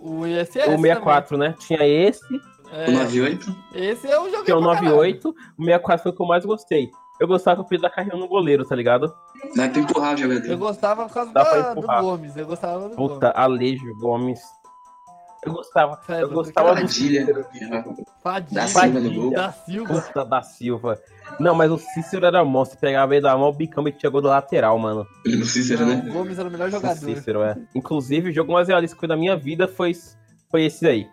B: O ISS
A: o 64, né? Tinha esse,
B: também.
D: O 98,
B: É, esse eu joguei
A: que é o
B: pra caralho.
A: 98. O 64 foi o que eu mais gostei. Eu gostava que eu podia dar carrinho no goleiro, tá ligado?
D: dá pra empurrar
B: Eu
D: o jogador.
B: gostava por causa
A: Dá pra
B: da, do
A: empurrar.
B: Gomes, eu gostava do Gomes.
A: Puta, Alejo Gomes. Eu gostava.
B: Sério,
A: Eu
B: porque
A: gostava
B: era
A: do né,
D: Armadilha.
B: Fadinha.
D: Da Silva
A: no
D: gol.
B: Da Silva.
A: Puta da Silva. Não, mas o Cícero era monstro. Pegava ele da mão, o bicão e chegou do lateral, mano.
D: No Cícero,
B: Não,
D: né?
B: o Gomes era o melhor
A: Nossa,
B: jogador.
A: Cícero, é. Inclusive, o jogo mais realístico da minha vida foi, foi esse aí.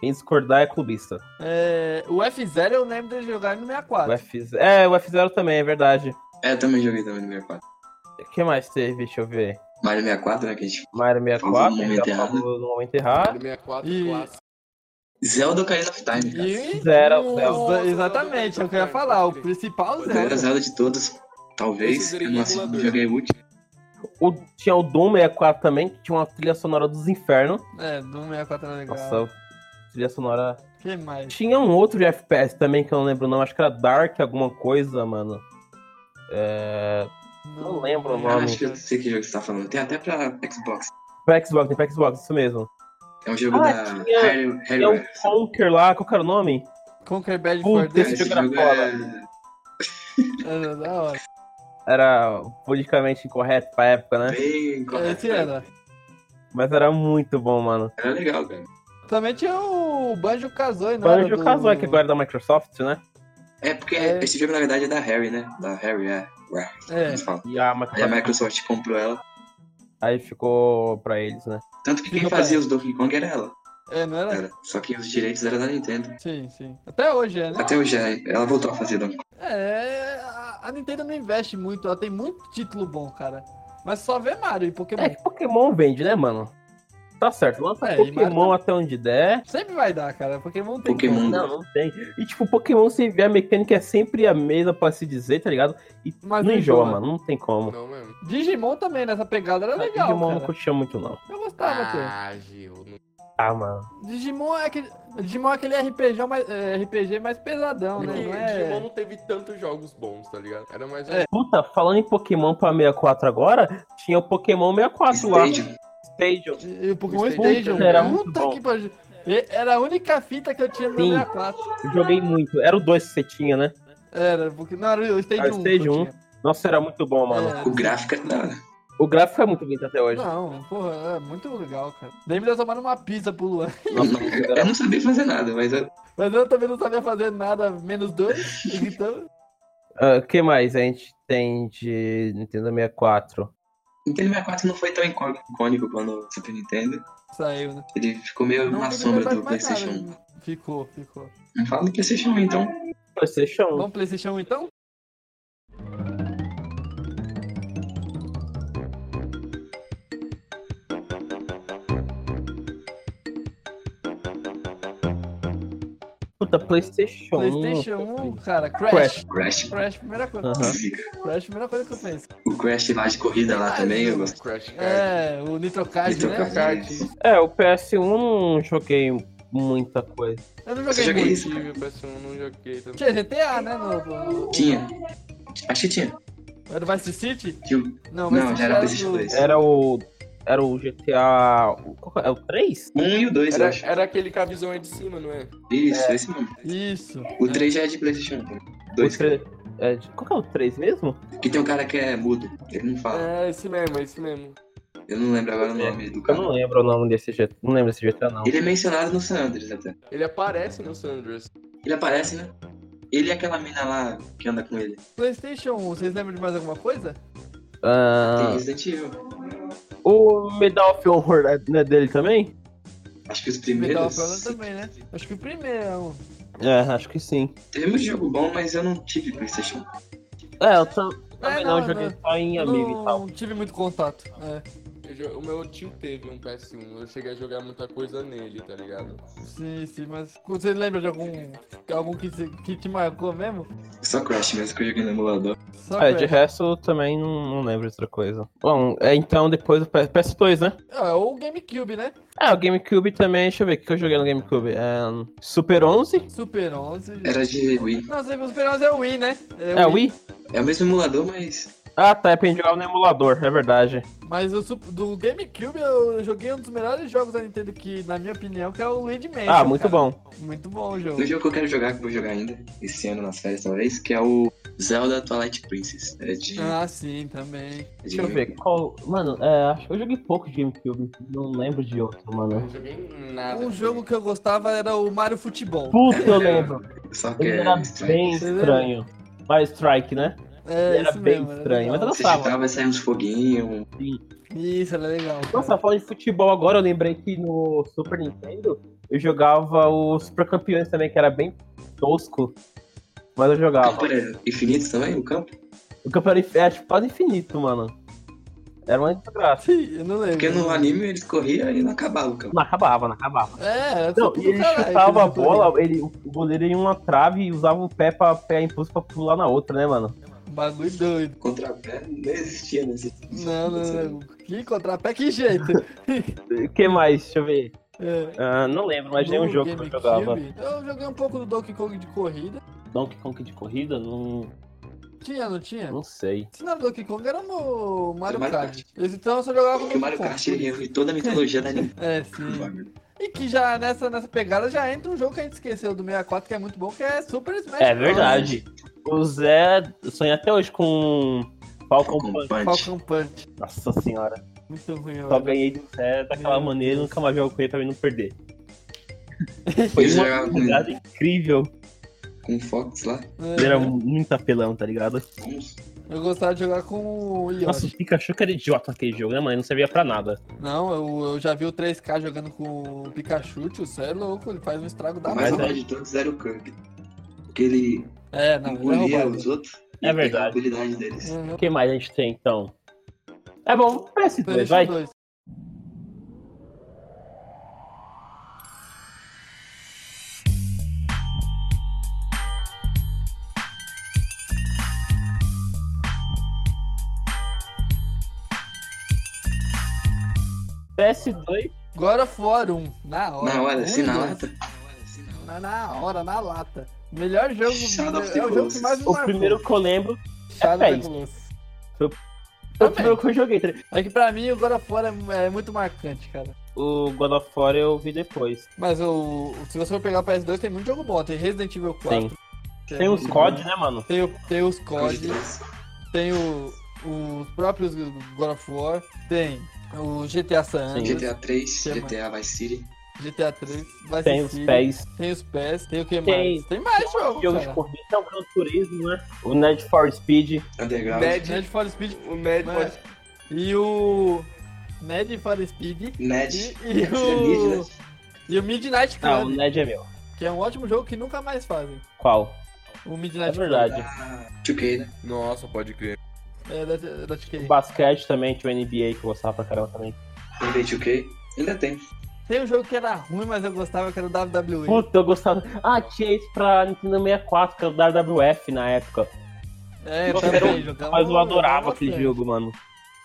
A: Quem discordar é clubista.
B: É, o F0 eu lembro dele jogar no
A: O
B: 64.
A: F... É, o F0 também, é verdade.
D: É, eu também joguei também no 64.
A: O que mais teve? Deixa eu ver.
D: Mario 64, né? Que a gente...
A: Mario 64,
D: Falou no
A: ele já
D: momento errado.
A: falou no momento errado.
C: Mario 64
B: E-
C: clássico.
D: Zelda Ocarina of Time, cara.
B: E
A: Zero,
B: Nossa,
A: zero.
B: exatamente, é o que eu ia falar. O principal
D: A melhor
B: Zelda.
D: Zelda de todas, talvez.
C: Esse eu zerei
D: Eu
C: no
D: não assisti,
C: emulador.
D: joguei o último.
A: O... Tinha o Doom 64 também, que tinha uma trilha sonora dos infernos.
B: É, do 64 era legal.
A: Nossa, trilha sonora.
B: Que mais?
A: Tinha um outro de FPS também que eu não lembro, não. Acho que era Dark alguma coisa, mano. É... Não lembro o
D: Eu
A: nome.
D: acho que eu sei que jogo você tá falando. Tem até pra Xbox.
A: Pra Xbox, tem pra Xbox, isso mesmo.
D: É um jogo
A: Ah,
D: da
A: tinha-
D: Harry-
A: Tinha um
D: Harryware.
A: Conker lá, qual que era o nome?
B: Conquer Bad
A: Puta,
B: for Day.
A: esse
D: Esse
A: jogo era
D: jogo
B: né?
A: foda.
D: é
B: Era É, da hora.
A: era politicamente incorreto pra época, né?
D: bem
B: É, Esse
D: correto.
B: era.
A: Mas era muito bom, mano.
D: Era legal, cara.
B: Também tinha o Banjo Kazooie, não era
A: Banjo
B: do-
A: Kazooie, que agora é da Microsoft, né?
D: É porque
B: É.
D: esse jogo, na verdade, é da Harry, né? Da Harry, é. Ué,
B: É,
D: eles falam.
A: E a
D: Aí a
A: Microsoft
D: Microsoft comprou ela.
A: aí ficou pra eles, né?
D: Tanto que quem
B: Fica pra
D: fazia os Donkey Kong era ela.
B: é, não era?
D: Era. Só que os direitos eram da
A: É.
D: Nintendo.
B: Sim, sim. Até hoje é, né?
D: Até hoje, é. ela voltou a fazer Donkey Kong.
B: É, a a Nintendo não investe muito, ela tem muito título bom, cara. Mas só vê Mario e Pokémon.
A: É que Pokémon vende, né, mano? Tá certo, lança
B: É, e
A: Pokémon até onde der.
B: Sempre vai dar, cara. Pokémon tem
D: Pokémon.
B: como.
A: Não, não tem. E tipo, Pokémon, se vê a mecânica é sempre a mesma pra se dizer, tá ligado?
B: Mas
A: não enjoa, mano, não tem como.
C: Não mesmo.
B: Digimon também nessa pegada era legal,
A: Digimon não
B: um cara.
A: curtia muito, não.
B: Eu
C: Tá,
B: gostava, cara.
C: Ah, Gil. não-
A: Ah, mano.
B: Digimon é aquele, Digimon é aquele RPG mais, é, RPG mais pesadão,
C: Porque
B: né? Não
C: Digimon
B: é...
C: não teve tantos jogos bons, tá ligado? Era mais um.
A: Puta, falando em Pokémon pra 64 agora, tinha o Pokémon 64 lá.
D: Stage.
A: Stadium.
B: E o Pokémon
C: O
B: Stadium,
A: Stadium era
B: cara.
A: muito
B: Puta
A: bom.
B: que pariu. E- Era a única fita que eu tinha no
A: Sim.
B: 64.
A: Eu joguei muito. Era o 2 que você tinha, né?
B: Era, porque não era o Stadium
A: Ah,
B: 1.
A: Stadium 1, Nossa, era muito bom, mano.
D: O gráfico é da hora.
A: O gráfico é muito bonito até hoje.
B: Não, porra, é muito legal, cara. Lembro de eu tomando uma pizza pro Luan.
A: Nossa,
B: né?
D: Eu não sabia fazer nada, mas eu...
B: Mas eu também não sabia fazer nada, menos dois. Então,
A: Ah, O que mais a gente tem de Nintendo 64?
D: Nintendo 64 não foi tão icô- icônico quando o Super Nintendo.
B: saiu, né?
D: Ele ficou meio
B: Não
D: na
B: teve
D: sombra
B: verdade
D: do
B: mais
D: PlayStation 1.
B: nada. Ficou, ficou.
D: Não fala do PlayStation 1, então.
A: PlayStation 1.
B: Vamos PlayStation 1 então?
A: Puta, PlayStation 1.
B: PlayStation 1, cara, Crash.
A: Crash.
B: Crash,
D: Crash.
B: primeira coisa.
A: Aham.
D: zica.
B: Crash, primeira coisa que eu penso.
D: O Crash lá de corrida lá também, eu gosto.
C: Crash Card.
B: É, o Nitro Card,
D: Nitro
B: né?
D: Card.
C: Card.
A: É, o PS1 não joguei muita coisa.
B: Eu não
D: Você
B: joguei
D: joga
B: muito.
D: isso, cara?
C: Tive, parece que eu não joguei também.
B: Tinha GTA, né? No,
D: Tinha. Acho que tinha.
B: era do Vice City?
D: Tinha um-
B: Não, Vice
D: Não,
B: City
D: já era
B: do-
D: PlayStation 2.
A: Era o. Era o GTA. o- qual que É o 3?
D: Um e o 2, eu
C: Era,
D: acho.
C: era aquele com a visão aí de cima, não é?
D: Isso, esse mesmo.
B: Isso.
D: O 3 já é de PlayStation 1.
A: O
D: 2.
A: tre- é, de- qual que é o 3 mesmo?
D: Que tem um cara que é mudo. Ele não fala.
C: É, esse mesmo, é esse mesmo.
D: Eu não lembro agora o nome do
A: Eu não
D: cara.
A: lembro o nome desse GTA. Não lembro desse GTA, não.
D: Ele é mencionado no San Andreas até.
C: Ele aparece no Sanders.
D: Ele aparece, né? Ele é aquela mina lá que anda com ele.
B: PlayStation 1, vocês lembram de mais alguma coisa?
D: Tem
A: Ah,
D: Resident Evil.
A: o Medal of Honor é- não é dele também?
D: Acho que os
B: Medal
D: primeiros.
B: of Honor também, né? Acho que o primeiro é um.
A: É, acho que sim.
D: Teve muito jogo bom, mas eu não tive PlayStation.
A: É, eu tam- também
B: É,
A: não,
B: não,
A: joguei
B: não.
A: só em amigo e tal.
B: Não tive muito contato. É,
C: Eu jo- O meu tio teve um PS1, eu cheguei a jogar muita coisa nele, tá ligado?
B: sim, sim, mas você lembra de algum algum que, se- que te marcou mesmo?
D: Só Crash mesmo que eu joguei no emulador.
B: Só
A: É,
B: Crash.
A: de resto eu também não, não lembro de outra coisa. Bom, é, então depois o PS- PS2, né?
B: Ah, ou o GameCube, né?
A: Ah, o GameCube também, deixa eu ver o que eu joguei no GameCube. É, Super 11?
B: Super 11.
D: Era de Wii.
B: Não, você- o Super 11 é o Wii, né?
A: É, Wii?
D: É o mesmo emulador, mas.
A: Ah, tá, é pra gente jogar no emulador, é verdade.
B: Mas o, su- do GameCube eu joguei um dos melhores jogos da Nintendo, que, na minha opinião, que é o Luigi Mansion.
A: Ah, muito
B: cara.
A: bom.
B: Muito bom o jogo.
D: No Um jogo que eu quero jogar, que eu vou jogar ainda, esse ano nas férias talvez, que é o Zelda Twilight Princess. É de.
B: Ah, sim, também.
D: é de
A: Deixa eu ver, qual... Mano, é, acho que eu joguei pouco de GameCube, não lembro de outro,
C: Eu
A: mano.
C: não joguei nada.
D: né?
B: Um jogo que eu gostava era o Mario Futebol.
A: Puta, eu lembro.
D: Só que
A: Ele
D: é
A: era
D: estranho.
A: bem
B: né?
A: estranho. Mario Strike, né?
B: É,
A: Ele era
B: isso
A: bem
B: mesmo, era
A: estranho, mas eu
B: legal.
D: Você
A: gostava.
D: chutava, saia uns foguinhos. um
B: Isso, era legal. cara.
A: Nossa, falando de futebol agora, eu lembrei que no Super Nintendo eu jogava o Super Campeões também, que era bem tosco. Mas eu
D: O
A: jogava.
D: campo era infinito também, o campo?
A: O campeonato inf- é tipo, quase infinito, mano. Era uma desgraça.
B: Sim, eu não lembro.
D: Porque
A: Uhum.
D: no anime eles corriam e não acabava o campo.
A: Não acabava, não acabava.
B: É, era
A: Não,
B: tudo
A: e ele
B: caralho,
A: chutava a
B: tudo caralho.
A: bola, ele, o goleiro ia em uma trave e usava o pé pra pegar impulso pra pular na outra, né, mano?
B: Bagulho doido.
D: Contrapé não existia tipo nesse.
B: Não, não,
D: né?
B: não. Que contrapé, que jeito.
A: O que mais? Deixa eu ver.
B: É.
A: Ah, não lembro, mas nenhum
B: No
A: jogo que eu
B: GameCube,
A: jogava.
B: Eu joguei um pouco do Donkey Kong de corrida.
A: Donkey Kong de corrida? Não,
B: Tinha, não tinha?
A: não sei.
B: Se não era Donkey Kong, era no Mario
D: Era Mario
B: Kart. Esse então eu só jogava no
D: Porque o Mario Kart é ele reúne toda a mitologia da Nintendo.
B: É,
A: Hum.
B: sim. E que já nessa, nessa pegada já entra um jogo que a gente esqueceu do 64, que é muito bom, que é Super Smash
A: É
B: Bros.
A: verdade. O Zé sonha até hoje com Falcon Punch.
D: Punch.
B: Falcon Punch.
A: Nossa senhora.
B: Muito ruim,
A: Só
B: velho.
A: ganhei do Zé daquela
B: Meu
A: maneira,
B: Deus.
A: nunca mais jogo com ele pra mim não perder. Foi
D: Eles
A: uma
D: jogavam com-
A: jogada incrível.
D: com o Fox lá.
A: Ele era muito apelão, tá ligado?
D: Vamos.
B: É, Eu gostava de jogar com o Yoshi.
A: Nossa, o Pikachu que era idiota naquele jogo, né, mano? Ele não servia pra nada.
B: Não, eu, eu já vi o 3K jogando com o Pikachu, tio. Você é louco, ele faz um estrago da
D: O
A: Mas
D: mais
A: é-
B: mão.
D: roubado de todos era o Kang. Porque ele
B: É, não, ele é
D: engolia
B: roubado.
D: os outros.
A: É
D: e
A: verdade.
D: A habilidade deles.
B: Uhum.
A: O que mais a gente tem, então? É bom, PS2, vai.
B: PlayStation 2.
A: PS2
B: Agora fora um, na hora.
D: Na hora,
B: Um
D: assim,
B: e
D: na
B: dois.
D: lata.
B: Na, na hora, na lata. Melhor jogo,
D: Shadow of the
B: é o jogo que mais me
A: O
B: marcou.
A: primeiro que eu lembro
B: Shadow
A: é
B: of the
A: isso.
B: Colossus.
A: foi o
B: Também.
A: primeiro que eu joguei. tá ligado?
B: É que pra mim o God of War é, é muito marcante, cara.
A: O God of War eu vi depois.
B: Mas o, o- se você for pegar o PS2, tem muito jogo bom. Tem Resident Evil 4.
A: Sim.
B: que é
A: Tem os
B: muito
A: COD,
B: bom.
A: né, mano?
B: Tem, o- tem os COD.
D: Code três.
B: Tem o, os próprios God of War. Tem o GTA San
A: Sim.
B: Andreas.
D: GTA 3,
B: Tem
D: GTA Vice City.
B: GTA 3. Vai
A: Tem
B: ser
A: os
B: City,
A: pés.
B: Tem os PES. Tem o que
A: Tem-
B: mais? Tem mais jogo,
A: Jogo de
B: cara.
A: corrida, é um Gran Turismo, né? O Need for Speed.
D: Underground.
C: Ned,
B: Need for Speed.
C: o Ned
B: Mas-
C: pode.
B: E o... Need for Speed.
D: Ned.
B: E, e
D: Ned,
B: o...
D: né?
B: E o Midnight
A: Não, o
B: Club.
A: Ned é meu.
B: que é um ótimo jogo que nunca mais fazem.
A: Qual?
B: O
A: É
B: Midnight
A: verdade.
D: Ah, 2K, né?
C: Nossa, pode crer.
B: Club. É, da, da TK.
A: O basquete também, tinha o NBA que eu gostava pra caramba também.
D: NBA 2K. Ainda tem.
B: Tem um jogo que era ruim, mas eu gostava, que era o WWE.
A: Puta, eu gostava. Ah, tinha isso pra Nintendo 64, que era o WWF na época.
B: é,
A: eu
B: também,
A: era um-
B: jogava-
A: Mas eu adorava
B: jogava
A: aquele
B: bastante.
A: jogo, mano.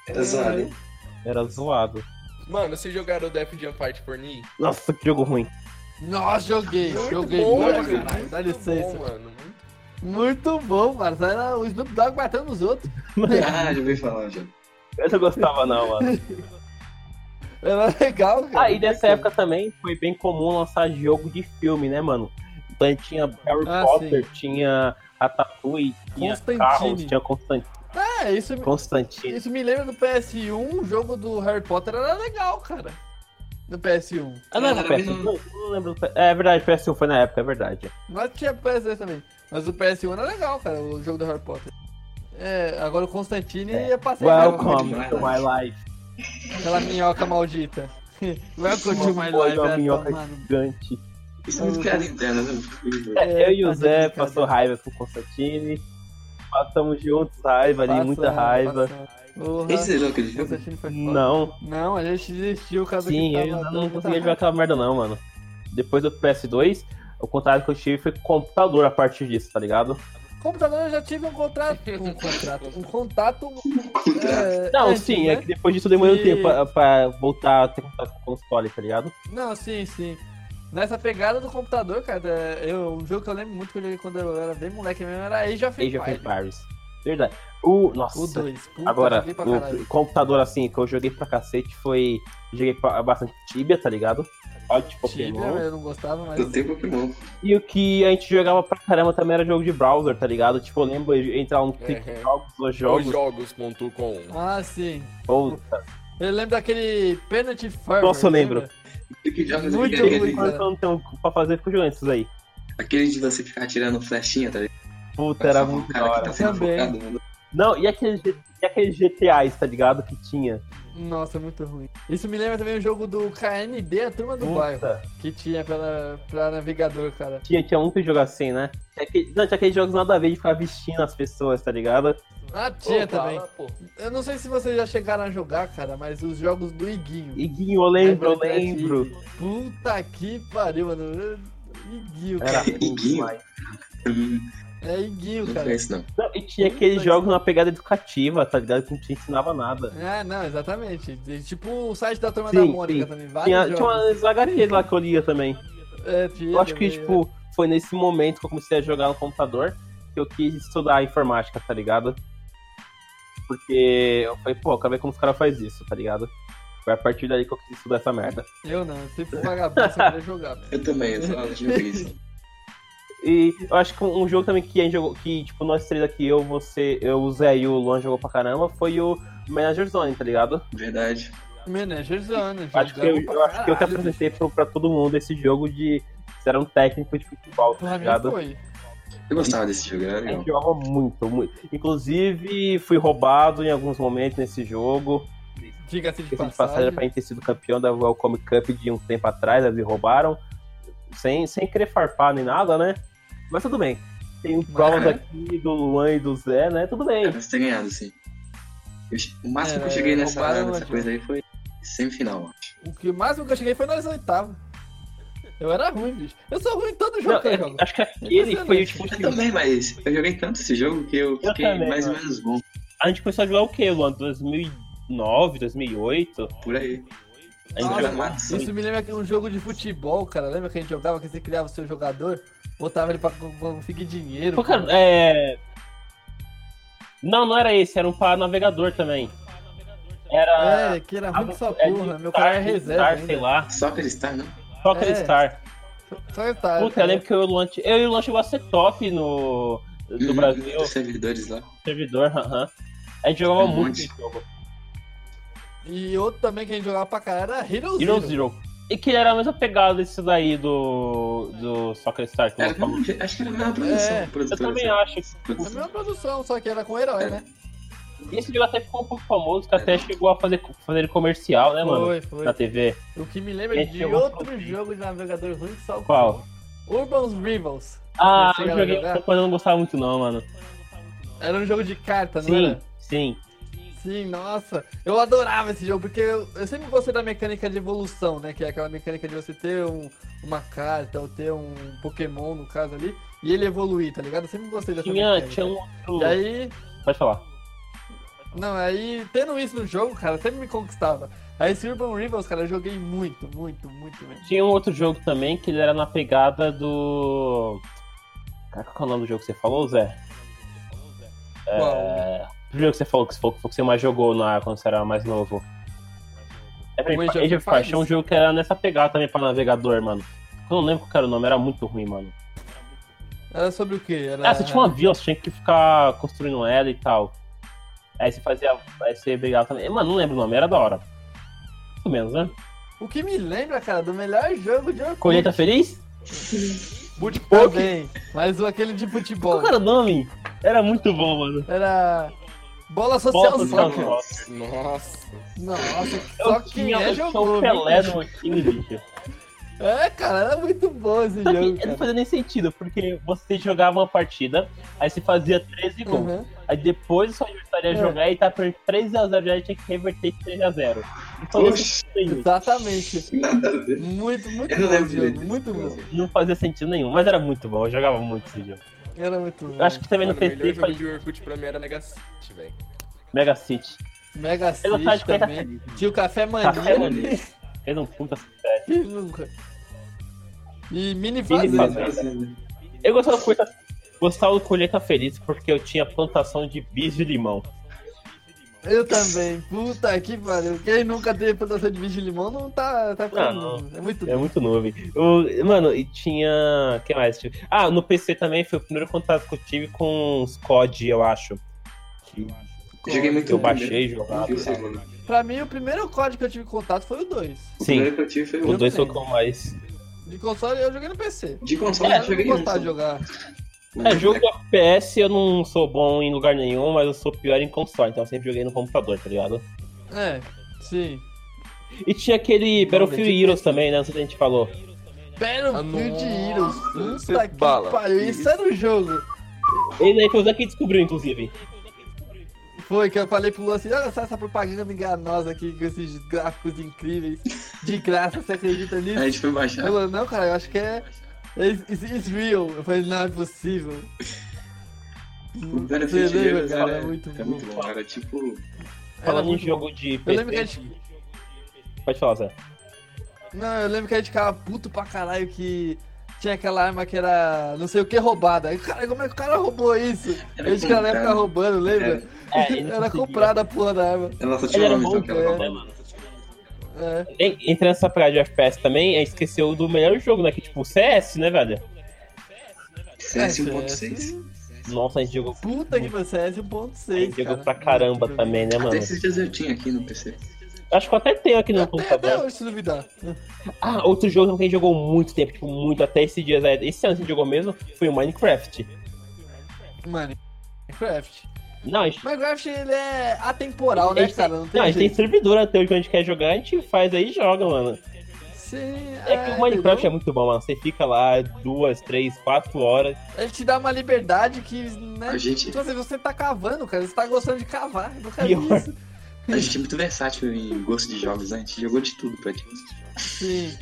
D: Era Tá zoado. hein?
A: Era zoado.
C: Mano, vocês jogaram o Def Jam Fight for Me?
A: Nossa, que jogo ruim.
B: Nossa, joguei, joguei muito, caralho, dá licença.
C: Bom, mano. Muito-
B: muito bom, mano, era o Snoop Dogg matando os outros.
D: Ah, já ouvi falar já.
A: Essa eu gostava não, mano.
B: Era legal, cara.
A: Aí dessa época também foi bem comum lançar jogo de filme, né, mano? Então tinha Harry
B: Ah,
A: Potter, tinha Ratatouille, tinha
B: Constantine.
A: Carros, tinha Constan-
B: É, isso, me-
A: Constantine.
B: isso me lembra do PS1, o jogo do Harry Potter era legal, cara. Do PS1.
A: Ah, não era
D: Era bem
A: PS1? Não, não lembro. do PS1. É verdade, PS1 foi na época, é verdade.
B: Mas tinha PS2 também. Mas o PS1 era legal, cara, o jogo do Harry Potter. É, agora o Constantine
A: É.
B: ia passar
A: Welcome
D: demais,
A: to my life.
B: Aquela minhoca maldita. Welcome to my
A: Foi
B: life.
A: uma
B: é,
A: minhoca
B: mano.
A: gigante.
D: Isso é muito piada interna, né? Incrível.
A: É, eu e o
B: fazendo
A: Zé
B: brincadeira.
A: passou raiva com o Constantine. Passamos juntos raiva ali, muita
B: Passando,
A: raiva.
B: passando. Porra,
D: Esse é jogo que ele
B: o
D: joga?
B: Constantine foi foda.
A: Não.
B: Não, a gente desistiu o caso
A: Sim,
B: que
A: eu
B: tava tá
A: ainda
B: dando
A: não
B: muita
A: conseguia jogar
B: raiva.
A: aquela merda não, mano. Depois do PS2, o contrato que eu tive foi com o computador a partir disso, tá ligado?
B: Computador eu já tive um contrato. Um contrato. Um contato. é,
A: Não,
B: antes,
A: sim,
B: né?
A: é que depois disso demorou um
B: E-
A: tempo pra, pra voltar a ter contato com o console, tá ligado?
B: Não, sim, sim. Nessa pegada do computador, cara, eu, um jogo que eu lembro muito que eu joguei quando eu era bem moleque mesmo era Age of
A: Age of
B: Empires.
A: Empires. Verdade. O. Nossa.
B: O 2.
A: Agora,
B: joguei pra
A: o
B: caralho.
A: computador assim que eu joguei pra cacete foi. Joguei pra- bastante Tibia, tá ligado? Odd de
B: Tibia,
A: Pokémon.
B: eu não gostava, né, mas.
D: Eu tenho Pokémon.
A: E o que a gente jogava pra caramba também era jogo de browser, tá ligado? Tipo, eu lembro de entrar um clique
C: É.
A: em jogos, os
C: Os
A: jogos, tá
C: Jogos.com.
B: Ah, sim.
A: puta.
B: Eu lembro daquele Penalty Farmer.
A: Nossa, eu lembro.
B: lembra?
D: Eu que jogo, mas eu
B: Muito
D: queria
B: ruim,
D: aquele-
B: mano.
A: Enquanto eu não tenho o que pra fazer, fico jogando esses aí.
D: Aquele de você ficar tirando flechinha, tá ligado?
A: Puta, era
D: Só um
A: muito
D: cara
A: da
D: que
A: hora.
D: tá sendo
B: Também.
D: focado, mano.
A: Não, e aqueles, G- e aqueles GTAs, tá ligado? Que tinha.
B: Nossa, é muito ruim. Isso me lembra também o jogo do KND, a turma do bairro.
A: Puta.
B: Que tinha pra, pra navegador, cara.
A: Tinha, tinha muito jogo assim, né? Tinha aquele- não, tinha aqueles jogos nada a ver de ficar vestindo as pessoas, tá ligado?
B: Ah, tinha
C: Opa,
B: também.
C: pô.
B: Eu não sei se vocês já chegaram a jogar, cara, mas os jogos do Iguinho.
A: Iguinho,
B: É
A: eu lembro, eu
B: Minecraft
A: lembro.
B: Ig. Puta que pariu, mano. Iguinho,
A: Era
B: cara.
A: ruim
D: Iguinho.
A: demais.
D: Hum,
B: É Iguinho,
D: Não
B: cara.
D: conheço, não.
A: Não, e tinha aqueles jogos numa pegada educativa, tá ligado? Que não te ensinava nada.
B: Ah, não, exatamente. E, Tipo o site da turma
A: Sim,
B: da Mônica
A: sim.
B: também. Vários
A: Tinha, tinha
B: jogos.
A: umas HQs lá que eu lia também.
B: É, tinha
A: Eu acho que,
B: também,
A: tipo, foi nesse momento que eu comecei a jogar no computador que eu quis estudar informática, tá ligado? Porque eu falei, pô, eu acabei como os caras fazem isso, tá ligado? Foi a partir daí que eu quis estudar essa merda.
B: Eu não, eu sempre fui vagabundo, só queria jogar. velho.
D: Eu também, eu só joguei isso.
A: E eu acho que um jogo também que a gente jogou, que, tipo, nós três aqui, eu, você, eu, o Zé e o Luan jogou pra caramba, foi o Manager Zone, tá ligado?
D: Verdade.
B: Manager Zone,
A: Acho que eu, eu acho que eu que apresentei pro, pra todo mundo esse jogo de era um técnico de futebol, tá
B: Pra mim
A: ligado?
B: foi.
D: Eu gostava desse jogo, era
A: Eu
D: legal.
A: jogava muito, muito. Inclusive, fui roubado em alguns momentos nesse jogo.
B: Diga-se assim
A: Esqueci
B: de
A: de
B: passagem.
A: passagem pra ter sido campeão da World Comic Cup de um tempo atrás, eles me roubaram. Sem, sem querer farpar nem nada, né? Mas tudo bem. Tem provas
D: Mas-
A: aqui do Luan e do Zé, né? Tudo bem.
D: Era pra ter ganhado, sim. Eu che- o máximo que eu
B: É,
D: cheguei nessa,
B: roubaram
D: nessa
B: onde?
D: coisa aí foi semifinal, acho.
B: O que mais que eu cheguei foi nas oitavas. Eu era ruim, bicho. Eu sou ruim em todo jogo
A: Não,
B: que eu
A: é-
B: jogo.
A: acho que aquele foi tipo.
D: Eu também, mas eu joguei tanto esse jogo que eu
A: Eu
D: fiquei
A: também,
D: mais ou
A: mano.
D: menos bom
A: A gente começou a jogar o quê, Luan? 2009, 2008?
D: por aí.
A: A gente
B: Nossa,
A: jogou
D: mano.
A: muito.
B: Isso me lembra que um jogo de futebol, cara. Lembra que a gente jogava, que você criava o seu jogador, botava ele pra co- conseguir dinheiro.
A: Pô, cara, é... Não, não era esse, era um para navegador também. Era.
B: É, que era ruim que só
A: é de
B: porra. Meu cara é
A: Star,
B: reserva
A: Star, sei
B: ainda.
A: lá.
D: Só né? que ele está, não?
A: Só aquele
B: É.
A: Star.
B: Só oitava.
A: Puta, eu lembro que eu e o Luan, eu e o Luan chegou a ser top no. do
D: Uhum,
A: Brasil,
D: Dos servidores lá.
A: servidor, aham. A gente jogava
D: Um
A: muito
D: monte.
A: esse jogo.
B: E outro também que a gente jogava pra caralho era Hero
A: Hero
B: Zero.
A: Zero. E que ele era a mesma pegada desse daí do. do Soccer Star. Que eu
D: Era,
A: falava.
D: não, acho que era a mesma produção.
B: É, eu
A: eu
D: produtora,
A: também
D: sabe?
A: acho. que
B: É a mesma produção, só que era com herói,
D: É.
B: né?
A: Esse jogo até ficou um pouco famoso, que até chegou a fazer, fazer comercial, né, mano?
B: Foi, foi.
A: Na TV.
B: O que me lembra
A: Esse é
B: de
A: eu vou
B: outro
A: fazer.
B: jogo de navegador ruim que só o
A: Qual?
B: Urban Rivals.
A: Ah,
B: Você
A: eu
B: chegava a
A: joguei
B: jogar?
A: uma coisa que eu não gostava muito, não, mano.
B: Era um jogo de carta, não
A: Sim,
B: era?
A: sim.
B: Sim, nossa. Eu adorava esse jogo, porque eu, eu sempre gostei da mecânica de evolução, né? Que é aquela mecânica de você ter um- uma carta ou ter um Pokémon, no caso ali, e ele evoluir, tá ligado? Eu sempre gostei dessa
A: Tinha,
B: mecânica.
A: tinha um outro.
B: E aí,
A: Pode falar.
B: não, aí, tendo isso no jogo, cara, sempre me conquistava. Aí esse Urban Rivals, cara, eu joguei muito, muito, muito mesmo.
A: Tinha um outro jogo também que ele era na pegada do. Cara, qual que é o nome do jogo que você falou, Zé?
B: Qual?
A: O jogo que você falou que você, falou, que você mais jogou na, quando você era mais novo. É pra
B: O Age
A: Age
B: of
A: of Empires.
B: Empires?
A: Tinha um jogo que era nessa pegada também pra navegador, mano. Eu não lembro qual era o nome, era muito ruim, mano.
B: Era sobre o quê? Era...
A: Ah, você tinha uma vila, você tinha que ficar construindo ela e tal. Aí você fazia. Aí você brigava também. Mano, não lembro o nome, era da hora. Pelo menos, né?
B: O que me lembra, cara, do melhor jogo de Orkut.
A: Colheita Feliz?
B: Também, mas o aquele de futebol.
A: Qual que era o nome? Era muito bom, mano.
B: Era... Bola Social
A: Bola
B: Soccer.
A: Social Soccer.
C: Nossa.
B: Nossa, só
A: Eu
B: quem
A: tinha
B: é
A: eu tinha o
B: jogou.
A: Pelé
B: viu?
A: no meu time, bicho.
B: É, cara, era muito bom esse
A: Só
B: jogo,
A: que não
B: cara.
A: fazia nem sentido, porque você jogava uma partida, aí você fazia 13 gols.
B: Uhum.
A: Aí depois só voltaria a
B: É.
A: jogar e tá por 3x0 já e tinha que reverter 3x0. Então
D: Oxi,
B: Exatamente.
D: nada a ver.
B: Muito, muito
D: Eu não
B: bom
D: lembro
B: esse jogo.
D: direito.
B: Muito bom.
A: não fazia sentido nenhum, mas era muito bom, eu jogava muito esse jogo.
B: Era muito bom.
A: Eu acho que também
C: Mano,
A: no
C: o melhor
A: PC
C: jogo
A: foi
C: de Orkut pra mim era Mega City, velho.
A: Mega City.
B: Mega
A: Eu gostava
B: City
A: de Colheita
B: também.
A: Feliz.
B: Tinha o Café
A: Café
B: Mania.
A: Mania. Tá Fez um puta sucesso.
B: Quem nunca? E Mini
A: Mini
B: Fazenda.
A: Fazenda.
D: assim, né?
A: Eu gostava do Colheita, gostava do Colheita Feliz porque eu tinha plantação de bis de limão.
B: Eu também. Puta que pariu. Quem nunca teve plantação de bicho de limão não tá, tá
A: Não,
B: É muito
A: É muito novo. hein? O- mano, e tinha. que mais? Tive- Ah, no PC também foi o primeiro contato que eu tive com os COD, eu acho. Que
B: bom.
D: joguei muito
A: eu
D: primeiro.
A: baixei e jogava.
D: E o segundo?
B: Pra mim, o primeiro código que eu tive contato foi o 2.
D: O
A: Sim,
D: primeiro que eu tive foi
A: o
D: o.
A: dois foi com mais.
B: De console eu joguei no PC.
D: De console
B: É, eu
D: eu joguei
B: não gostava de
D: um.
B: jogar.
A: É, jogo de FPS eu não sou bom em lugar nenhum, mas eu sou pior em console, então eu sempre joguei no computador, tá ligado?
B: É, sim.
A: E tinha aquele
B: Vamos
A: Battlefield
B: ver, que
A: Heroes também, né? Não sei se a gente falou.
B: Battlefield
C: Ah,
B: Heroes.
C: nossa,
B: Puta que
C: bala.
B: pariu. Isso era o jogo.
A: Ele aí foi o Zé que descobriu, inclusive.
B: Foi que eu falei pro Luan assim, olha só essa propaganda enganosa aqui com esses gráficos incríveis. De graça, você acredita
D: Aí a
B: nisso?
D: gente foi
B: Eu
D: baixar.
B: falei, não, cara, eu acho que é... It's, it's- it's real. Eu falei, não é possível.
D: O
B: Você
D: Battlefield
B: lembra,
D: Heroes
B: cara?
D: era
B: É muito bom.
D: é muito bom. Era tipo.
B: Era
A: Falando em
B: muito
A: jogo de
B: bom. É, Eu lembro que a
A: PC.
B: gente...
A: Pode falar, Zé.
B: Não, eu lembro que a gente ficava puto pra caralho que... Tinha aquela arma que era não sei o que roubada. Aí, cara, como é que o cara roubou isso?
D: Era
B: a gente na época
D: comprado.
B: roubando, lembra?
A: É, ele não
B: era
A: conseguia.
B: comprada a porra da arma.
D: Ela só
A: Ele
D: tinha um
A: era
D: nome
A: bom,
D: então que ela
A: né,
D: roubava.
A: mano?
B: É.
A: En- Entra nessa pegada de FPS também, aí esqueceu do melhor jogo, né? Que tipo, o CS, né, velho? É,
D: CS 1.6.
A: Nossa, a gente jogou,
B: Puta que pariu, é CS
A: a gente
B: 1.6
A: jogou
B: cara.
A: pra caramba
B: Muito bem.
A: também, né,
D: Até
A: mano?
D: esses dias eu tinha aqui no PC.
A: Acho que eu até tenho aqui no
B: Tem até
A: computador.
B: hoje se duvidar.
A: Ah, outro jogo que a gente jogou muito tempo, tipo, muito, até esses dias. é, Esse ano a gente jogou mesmo, foi o Minecraft.
B: Mano, Minecraft.
A: Não, a gente,
B: Minecraft ele é atemporal,
A: a
B: né,
A: gente
B: cara? Não
A: não, a
B: tem
A: gente tem
B: jeito.
A: servidor até hoje que a gente quer jogar, a gente faz aí e joga, mano.
B: Sim,
A: É que o Minecraft é muito bom, mano. Você fica lá duas, três, quatro horas.
B: Ele te dá uma liberdade que, né?
D: A gente,
B: Tipo assim, você tá cavando, cara. Você tá gostando de cavar. Eu nunca vi
A: Pior.
B: isso.
D: a gente é muito versátil em gosto de jogos, né? A gente jogou de tudo praticamente.
B: Sim.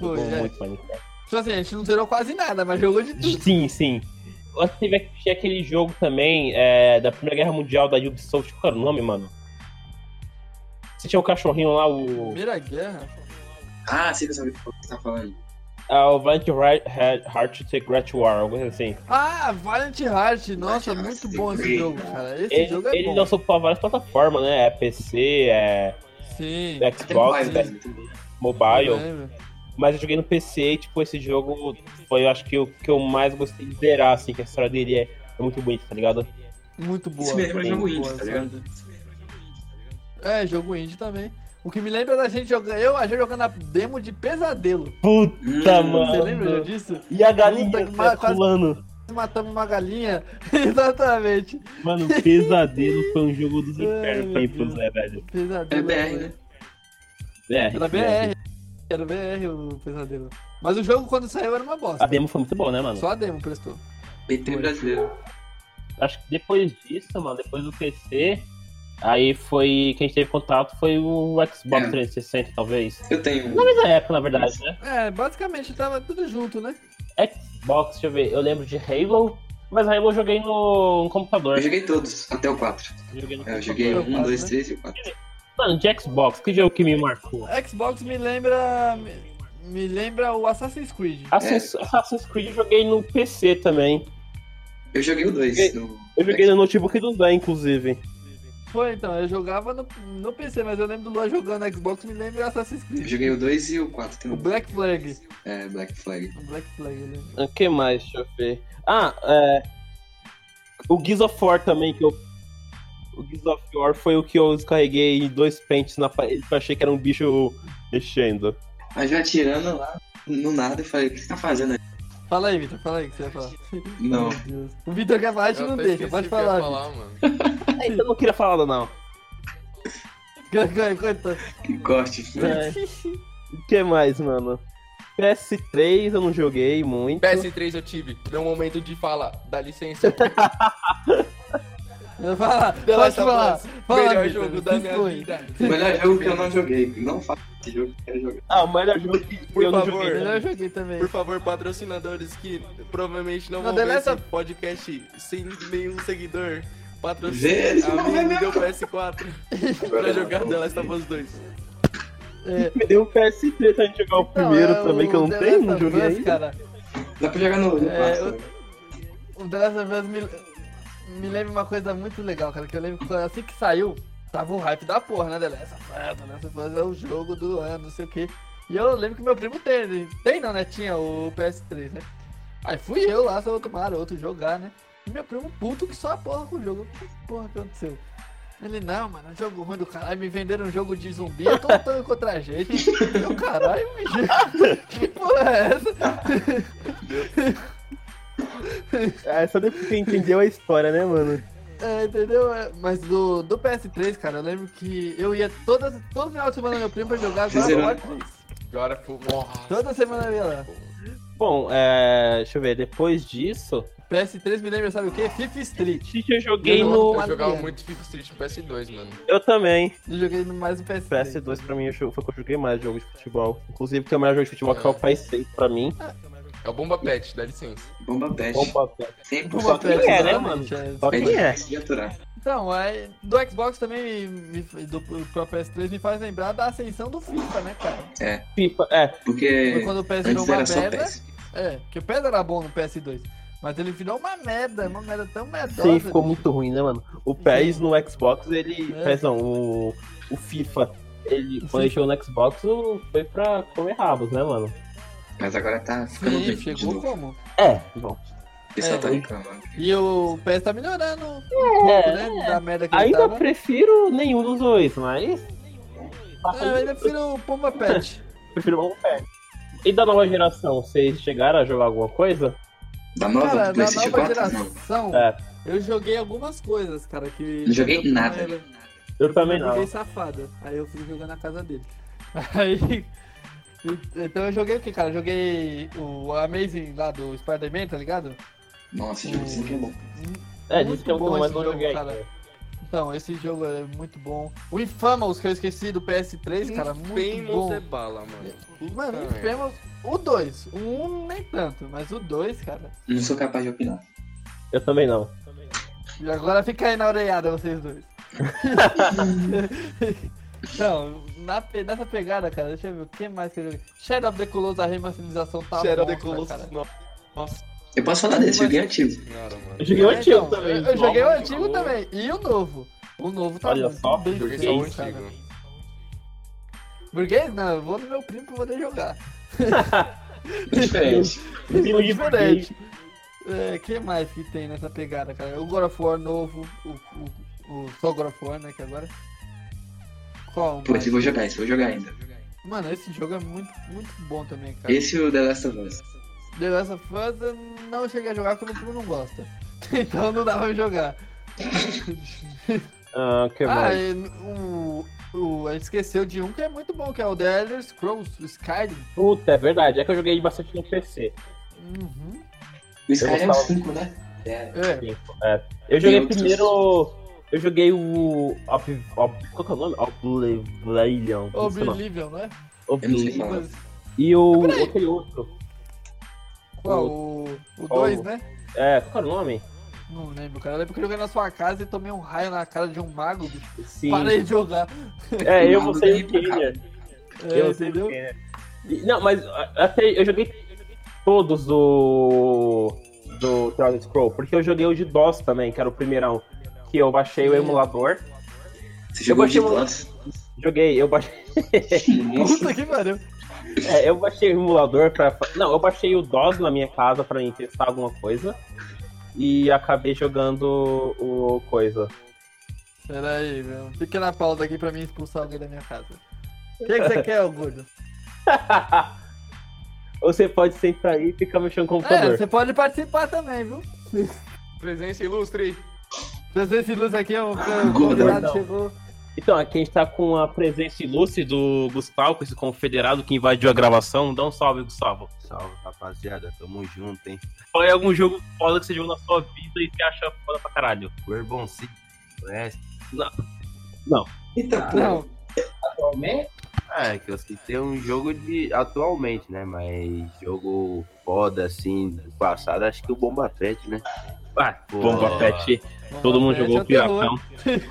A: Jogou
B: Foi, é.
A: muito Minecraft.
B: Tipo assim, a gente não zerou quase nada, mas jogou de tudo.
A: Sim, sim. Eu acho que teve tinha aquele jogo também é, da Primeira Guerra Mundial da Ubisoft. Qual era o nome, mano? Você tinha o cachorrinho lá, o.
B: Primeira guerra.
D: Ah, sei que eu sabia o que você tá falando.
A: Ah, o Valiant Heart- Heart to Great War, alguma coisa assim.
B: Ah, Valiant Heart. Nossa,
D: Valiant
B: muito
D: Heart,
B: bom esse
D: great.
B: jogo, cara. Esse
A: Ele,
B: jogo é
A: ele
B: bom.
A: lançou pra várias plataformas, né? É PC, é
B: Sim.
D: Até
A: Xbox,
D: mobile,
A: é
D: né? Também.
B: eu
A: mobile.
B: lembro.
A: Mas eu joguei no PC e, tipo, esse jogo foi, eu acho que, o que eu mais gostei de zerar, assim, que a história dele é, é muito bonita, tá ligado?
B: Muito boa.
D: Isso me lembra
B: muito
D: jogo
B: boa,
D: indie, tá ligado?
B: sabe? É, jogo indie também. O que me lembra da gente jogando. Eu, a gente jogando a demo de pesadelo.
A: Puta,
D: Hum,
A: mano!
B: Você lembra disso?
A: E a galinha
B: Puta que
A: tá
B: mar- quase-
A: pulando.
B: Matamos uma galinha. Exatamente.
A: Mano, Pesadelo foi um jogo dos
B: Ai,
A: infernos pra
B: meu
A: mim, pro
B: Deus.
A: Zé, velho.
D: É
B: Pesadelo.
D: BR, né?
A: É,
B: Era
A: é.
B: BR. Era BR o pesadelo. Mas o jogo quando saiu era uma
A: A
B: bosta.
A: demo foi muito boa, né, mano?
B: Só a demo prestou.
D: PT brasileiro.
A: acho que depois disso, mano, depois do PC, aí foi. Quem teve contato foi o Xbox
D: É.
A: 360, talvez.
D: Eu tenho. um.
A: Na mesma época, na verdade, né?
B: É, basicamente tava tudo junto, né?
A: Xbox, deixa eu ver, eu lembro de Halo, mas Halo eu joguei no, no computador.
D: Eu joguei É. todos, até o 4.
A: Joguei no
D: Eu
A: computador.
D: joguei
B: Quatro,
D: 1, 2,
B: né?
D: 3 e 4.
A: Mano, de Xbox, que jogo que me
B: É.
A: marcou?
B: Xbox me lembra. Me, me lembra o Assassin's Creed.
A: Assassin's, Assassin's Creed eu joguei no PC também.
D: Eu joguei o 2.
A: Joguei- Eu joguei no notebook do Dan, inclusive.
B: Foi então, eu jogava no, no PC, mas eu lembro do Luan jogando Xbox, me lembra Assassin's
D: Eu
B: Creed.
D: joguei o 2 e o 4
B: O
D: também.
B: Black Flag.
D: É, Black Flag.
B: O Black Flag, né? eu lembro.
A: O que mais? Deixa eu ver. Ah, é. O Gears of War também, que eu. O Gears of War foi o que eu descarreguei dois pentes na parede, que eu achei que era um bicho mexendo.
D: Aí já atirando lá no nada, eu falei, o que você tá fazendo aí?
B: Fala aí, Vitor, fala aí o que você ia falar.
D: Não.
B: Meu Deus. O Vitor quer falar, a gente
C: Eu
B: não
C: até esqueci
B: deixa, pode
C: o que eu ia
B: falar.
C: falar, mano.
A: É, então eu não queria falar, não, não.
B: Vitor. Coitado.
D: Que corte.
A: É. O que mais, mano? PS3 eu não joguei muito.
C: PS3 eu tive. Deu um momento de fala. Dá licença.
B: Fala,
C: The
B: pode
C: Last of
B: falar.
C: Us,
B: Fala,
C: Melhor
B: Vitor,
C: jogo da
B: se
C: minha
B: expõe.
C: vida.
D: O melhor jogo que eu não joguei. Não faço esse jogo que eu quero jogar.
A: Ah, o melhor jogo que
C: Por
A: eu não
C: favor.
A: joguei. né?
B: Eu joguei também.
C: Por favor, patrocinadores que provavelmente não,
B: Não,
C: vão
B: The
C: ver
B: Last
C: esse
B: of-
C: podcast sem nenhum seguidor.
D: Vê, eles
C: Patrocina.
D: não
C: A mim
D: vão
C: me
D: ver
C: deu PS4 pra jogar Tá The Last of Us 2.
B: É.
A: Me deu um PS3 pra gente jogar o primeiro
B: Não, é
A: também, que eu não
B: The
A: tenho,
B: Last
A: não
B: of
A: joguei
B: Us,
A: ainda.
B: cara.
D: Dá pra jogar no. no
B: É,
D: quarto,
B: eu-
D: né?
B: O The Last of Us me, me lembra uma coisa muito legal, cara, que eu lembro que quando- assim que saiu, tava um hype da porra, né, The Last of Us, The Last of Us é o jogo do ano, não sei o quê. E eu lembro que meu primo teve, tem não, né, tinha o PS3, né. Aí fui eu lá, só outro maroto, jogar, né. E meu primo puto que só a porra com o jogo, que porra que aconteceu? Ele, não, mano, é um jogo ruim do caralho, me venderam um jogo de zumbi, eu tô lutando contra a gente. Eu, caralho, bicho, que porra é essa?
A: Ah, só depois que entendeu a história, né, mano?
B: É, entendeu? É, Mas do, do PS3, cara, eu lembro que eu ia toda, todo final de semana meu primo pra jogar God of War 3.
C: Agora foi.
B: Toda semana eu ia lá.
A: Bom, é... deixa eu ver, depois disso...
B: PS3 me lembra, sabe o quê? FIFA Street.
A: Eu joguei
B: Eu
A: no...
B: não-
C: Eu jogava
B: Adriano.
C: muito FIFA Street no PS2, mano.
A: Eu também.
B: Eu joguei no mais no PS3.
A: PS2 pra mim eu jo- foi que eu joguei mais jogo de futebol. Inclusive, que é o melhor jogo de futebol que é o PS6 pra mim.
C: É o Bomba Pet, dá licença.
D: Bomba
B: É.
D: Pet.
A: Opa, cara.
D: Sempre
B: Pô,
D: só
B: mas
D: que
A: Pet,
D: é,
A: né,
D: né?
B: exatamente, é.
A: Só
D: É
A: que é.
D: difícil de aturar.
B: Então, aí, do Xbox também, me, me- do, pro PS3, me faz lembrar da ascensão do FIFA, né, cara?
A: FIFA, é.
D: Porque
B: Foi quando o PS virou
D: antes
B: uma
D: era só
B: merda.
D: PES.
B: É, porque o PES era bom no PS2. Mas ele virou uma merda, uma merda tão merda.
A: Sim, ficou muito ruim, né, mano? O PES no Xbox, ele.
B: É.
A: PES não, o, o FIFA. Ele, quando ele chegou no Xbox, o- foi pra comer rabos, né, mano?
D: Mas agora tá ficando
B: Sim,
D: ruim de
B: chegou
D: novo.
B: como?
A: É, bom.
D: O pessoal
B: É,
D: tá
B: eu-
D: reclamando.
B: E o PS tá melhorando um pouco,
A: É,
B: né? Da merda que ele
A: Ainda
B: tava.
A: prefiro nenhum dos dois, mas.
B: Ah, eu ainda prefiro o Pomba Pet.
A: Prefiro o pé. E da nova geração, vocês chegaram a jogar alguma coisa?
D: Da nova
B: Cara,
D: do
B: na
D: PlayStation
B: nova
D: 4? Não.
B: geração,
A: É.
B: eu joguei algumas coisas, cara, que...
D: Não joguei
B: eu-
D: nada.
A: Eu também
B: Eu
A: não.
B: joguei safado. Aí eu fui jogar na casa dele. Aí. Então eu joguei o que, cara? Eu joguei o Amazing lá do Spider-Man, tá ligado?
D: Nossa, jogo sempre é bom.
A: É,
B: muito
A: disse que é um
B: bom
A: bom, mas
B: esse
A: não
B: jogo,
A: joguei.
B: cara.
A: ainda.
B: Então, esse jogo é muito bom. O Infamous, que eu esqueci do PS3, cara, muito
C: Famous
B: bom.
C: é bala, mano. Puta
B: Mano, o
C: merda.
B: Infamous, o 2. O 1 um, nem tanto, mas o 2, cara.
D: Não sou capaz de opinar.
A: Eu também não.
B: E agora fica aí na orelhada vocês dois. Não, na pe- nessa pegada, cara, deixa eu ver o que mais que eu joguei. Shadow of the Colossus, a remasterização tá
C: Shadow
B: bom,
C: of the Colossus,
B: cara.
C: no- Nossa
D: Eu posso falar desse, joguei antigo.
C: senhora, mano.
A: Eu joguei o
B: É,
A: antigo
B: então,
A: também.
B: Eu, eu joguei o
C: Novo,
B: antigo
C: novo.
B: também. E o novo. O novo tá
A: Olha
B: muito
A: só,
B: bem
C: Joguei só
B: feito,
C: o
B: cara.
C: antigo.
B: Burguês? Não, eu vou no meu primo pra poder jogar.
D: É diferente.
B: um
A: Primo de
B: Diferente. É, que mais que tem nessa pegada, cara? O God of War novo, o, o, o só God of War, né, que agora... Qual
D: Pô,
B: mais?
D: eu vou jogar esse, vou jogar ainda.
B: Mano, esse jogo é muito, muito bom também, cara.
D: Esse e o The Last of Us.
B: The Last of Us eu não cheguei a jogar porque o meu primo não gosta. Então não dá pra eu jogar.
A: Ah, que
B: Ah,
A: mais?
B: e o, o, a gente esqueceu de um que é muito bom, que é o The Elder Scrolls, o Skyrim.
A: Puta, é verdade. É que eu joguei bastante no PC.
B: Uhum.
D: O Skyrim é o
A: gostava.
D: 5, né? É.
B: É,
A: É. Eu joguei
D: Meu Deus.
A: primeiro. Eu joguei o. Ob... Ob... Qual que é o nome? Oblivion. Como se chama?
B: Oblivion, Ah, né?
D: Eu não sei
A: Oblivion.
D: falar.
A: E o. Aquele outro.
B: Qual? O o
A: qual?
B: 2, né?
A: É, qual que era o nome?
B: Não lembro, cara. Eu lembro que eu joguei na sua casa e tomei um raio na cara de um mago, bicho.
A: Sim.
B: Parei de jogar.
A: É, eu,
D: Mago
A: você e
D: da
A: o Kenya.
B: É,
A: eu sei
B: entendeu?
A: o Kenya. E- Não, mas a- até eu joguei todos do. do The Elder Scroll, porque eu joguei o de DOS também, que era o primeirão. Que eu baixei o emulador.
D: Você jogou de
A: gostei muito.
D: DOS?
A: Joguei, eu baixei.
D: Nossa,
B: Puta que pariu.
A: É, eu baixei o emulador pra. Não, eu baixei o DOS na minha casa pra mim testar alguma coisa. E acabei jogando o coisa.
B: Pera aí, meu. Pequena pausa aqui pra mim expulsar alguém da minha casa. O que, que você quer, ô gordo?
A: Ou você pode sentar aí e ficar mexendo no
B: É,
A: computador.
B: você pode participar também, viu?
C: Presença ilustre.
B: Trazer esse luz aqui, o
D: gordo.
B: convidado chegou.
A: Então, aqui a gente tá com a presença ilustre do Gustavo, esse confederado que invadiu a gravação. Dá um salve, Gustavo.
F: Salve, rapaziada. Tamo junto, hein?
A: Qual é algum jogo foda que você jogou na sua vida e você acha foda pra caralho?
F: Gorboncito, conhece?
D: Eita, pô.
B: Não,
F: Ah, é que eu citei um jogo de atualmente, né? Mas jogo foda, assim, do passado, acho que o Bomba Pet, né?
A: Ah,
F: Pô.
A: Bomba Pet. Todo mundo
B: Pet
A: jogou
B: é
A: o
B: o terror.
A: Piratão.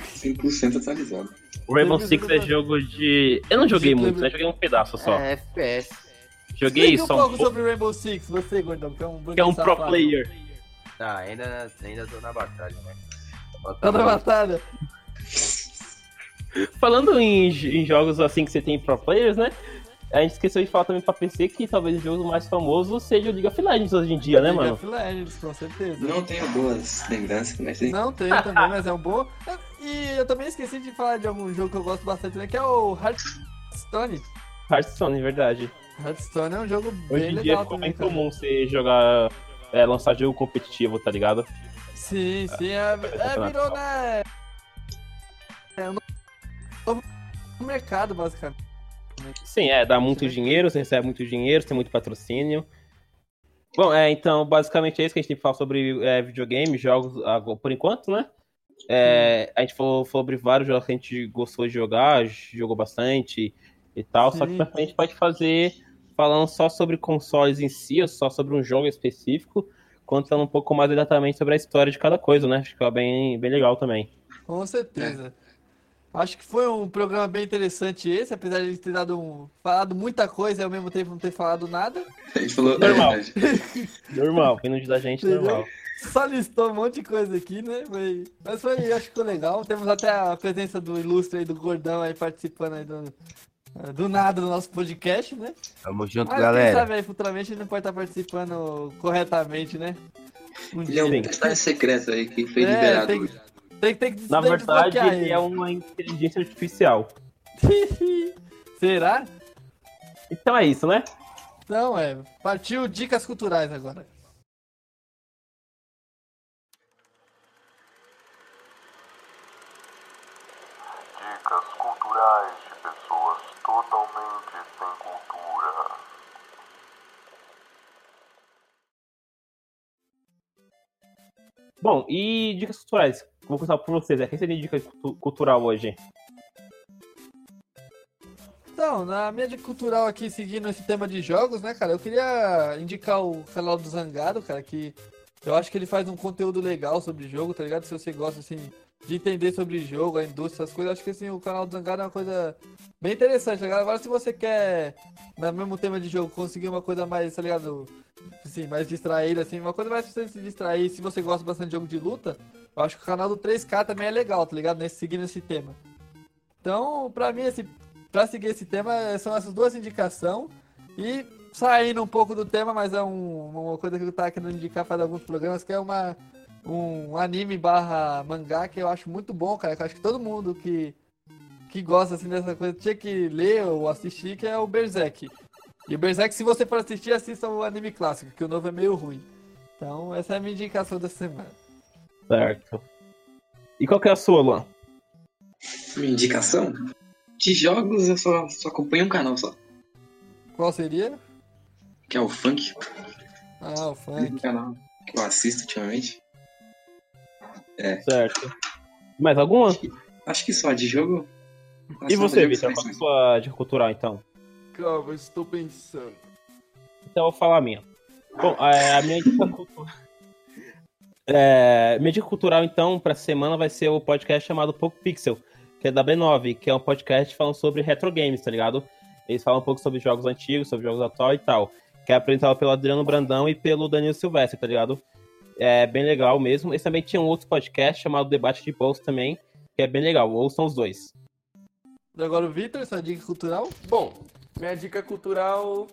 D: 100% atualizado.
A: Rainbow
B: Teve
A: Six
B: jogo
A: é
B: da-
A: jogo de... Eu não joguei
B: Sim,
A: muito,
B: teve-
A: né? Joguei um pedaço só.
F: É, FPS.
A: Joguei
B: Explica um
A: só
B: pouco
A: um pouco,
B: sobre Rainbow Six, você, gordão, que é um
A: que é um
B: safado.
A: pro player.
F: Tá, ainda, ainda tô na batalha, né?
B: Tá na batalha.
A: Falando em, j- em jogos assim que você tem pro players, né? A gente esqueceu de falar também pra PC que talvez o jogo mais famoso seja o League of Legends hoje em dia, né,
B: League
A: mano?
B: of Legends, com certeza.
D: Não tenho boas lembranças, mas tem.
B: Não tem também, mas é um bom. E eu também esqueci de falar de algum jogo que eu gosto bastante, né? Que é o Hearthstone.
A: Hearthstone, é verdade.
B: Hearthstone é um jogo
A: Hoje
B: bem
A: em dia
B: legal
A: ficou
B: também,
A: bem
B: cara.
A: comum você jogar, é, lançar jogo competitivo, tá ligado?
B: Sim, sim,
A: Ah,
B: é,
A: tá.
B: é, virou, né? É um novo mercado, basicamente.
A: Sim, é, dá muito dinheiro, você recebe muito dinheiro, você tem muito patrocínio. Bom, é, então, basicamente é isso que a gente tem que falar sobre é, videogame, jogos, agora- por enquanto, né? É, a gente falou falou sobre vários jogos que a gente gostou de jogar, jogou bastante e tal, só que
B: Sim.
A: pra frente a gente pode fazer falando só sobre consoles em si, ou só sobre um jogo específico, contando um pouco mais exatamente sobre a história de cada coisa, né? Acho que é bem, bem legal também.
B: Com certeza. Acho que foi um programa bem interessante esse, apesar de ele ter dado um, falado muita coisa e ao mesmo tempo não ter falado nada.
D: A gente falou.
A: Normal.
D: É, mas-
A: Normal, quem não diz da gente,
B: Entendeu?
A: normal.
B: Só listou um monte de coisa aqui, né? Foi- Mas foi, eu acho que ficou legal. Temos até a presença do ilustre aí, do gordão aí participando aí do, do nada do nosso podcast, né?
F: Tamo junto,
B: Mas quem
F: galera.
B: sabe aí futuramente ele não pode estar participando corretamente, né? Um
D: Ele é um
A: Sim.
D: personagem secreto aí que foi
B: É,
D: liberado.
B: tem que- Tem, que- tem que
A: Na
B: tem que
A: verdade,
B: desbloquear
A: ele um-
B: ele.
A: é uma inteligência artificial.
B: Será?
A: Então é isso, né?
B: Não, é. Partiu dicas culturais agora.
G: Dicas culturais de pessoas totalmente sem cultura.
A: Bom, e dicas culturais? Vou começar por vocês. né? Quem seria dica cultu- cultural hoje?
B: Então, na minha dica cultural aqui, seguindo esse tema de jogos, né, cara, eu queria indicar o canal do Zangado, cara, que eu acho que ele faz um conteúdo legal sobre jogo, tá ligado? Se você gosta, assim, de entender sobre jogo, a indústria, essas coisas, eu acho que, assim, o canal do Zangado é uma coisa bem interessante, tá ligado? Agora, se você quer, no mesmo tema de jogo, conseguir uma coisa mais, tá ligado? Assim, mais distraída, assim, uma coisa mais pra você se distrair, se você gosta bastante de jogo de luta, eu acho que o canal do 3K também é legal, tá ligado? Nesse, seguindo esse tema. Então, pra mim, esse Pra seguir esse tema, são essas duas indicações. E saindo um pouco do tema, mas é um- uma coisa que eu tava querendo indicar faz alguns programas, que é uma, um anime barra mangá que eu acho muito bom, cara. Que eu acho que todo mundo que, que gosta assim, dessa coisa tinha que ler ou assistir, que é o Berserk. E o Berserk, se você for assistir, assista o anime clássico, que o novo é meio ruim. Então, essa é a minha indicação dessa semana.
A: Certo. E qual que é a sua, Luan?
D: Minha indicação? De jogos eu só, só acompanho um canal só,
B: Qual seria?
D: que é o Funk.
B: Ah, o
D: É um
B: funk.
D: canal que eu assisto ultimamente.
A: Certo. Mais alguma?
D: Acho que só de jogo.
A: E
D: Só
A: você,
D: de
A: Vitor? Qual
D: jogos
A: que é a sua dica cultural, então?
C: Calma, eu estou pensando.
A: Então eu vou falar a minha. Bom, é, a minha dica cultural. É, minha dica cultural, então, pra semana vai ser o podcast chamado Poco Pixel, que é da B9, que é um podcast falando sobre retro games, tá ligado? Eles falam um pouco sobre jogos antigos, sobre jogos atuais e tal. Que é apresentado pelo Adriano Brandão e pelo Danilo Silvestre, tá ligado? É bem legal mesmo. Eles também tinham outro podcast chamado Debate de Bolso também, que é bem legal. Ouçam os dois.
B: E Agora o Victor, sua dica cultural.
C: Bom, minha dica cultural,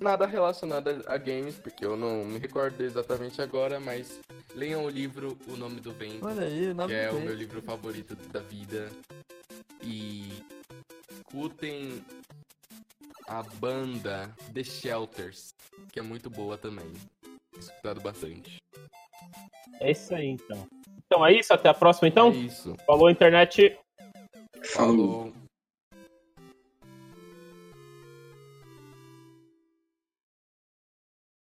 C: nada relacionada a games, porque eu não me recordo exatamente agora, mas leiam o livro O Nome do Vento,
B: Olha aí, o nome
C: que é
B: do
C: o
B: vento.
C: meu livro favorito da vida. E escutem a banda The Shelters, que é muito boa também. Escutado bastante.
A: É isso aí, então. Então é isso, até a próxima, então.
C: é isso.
A: Falou, internet.
D: Falou.
C: Falou.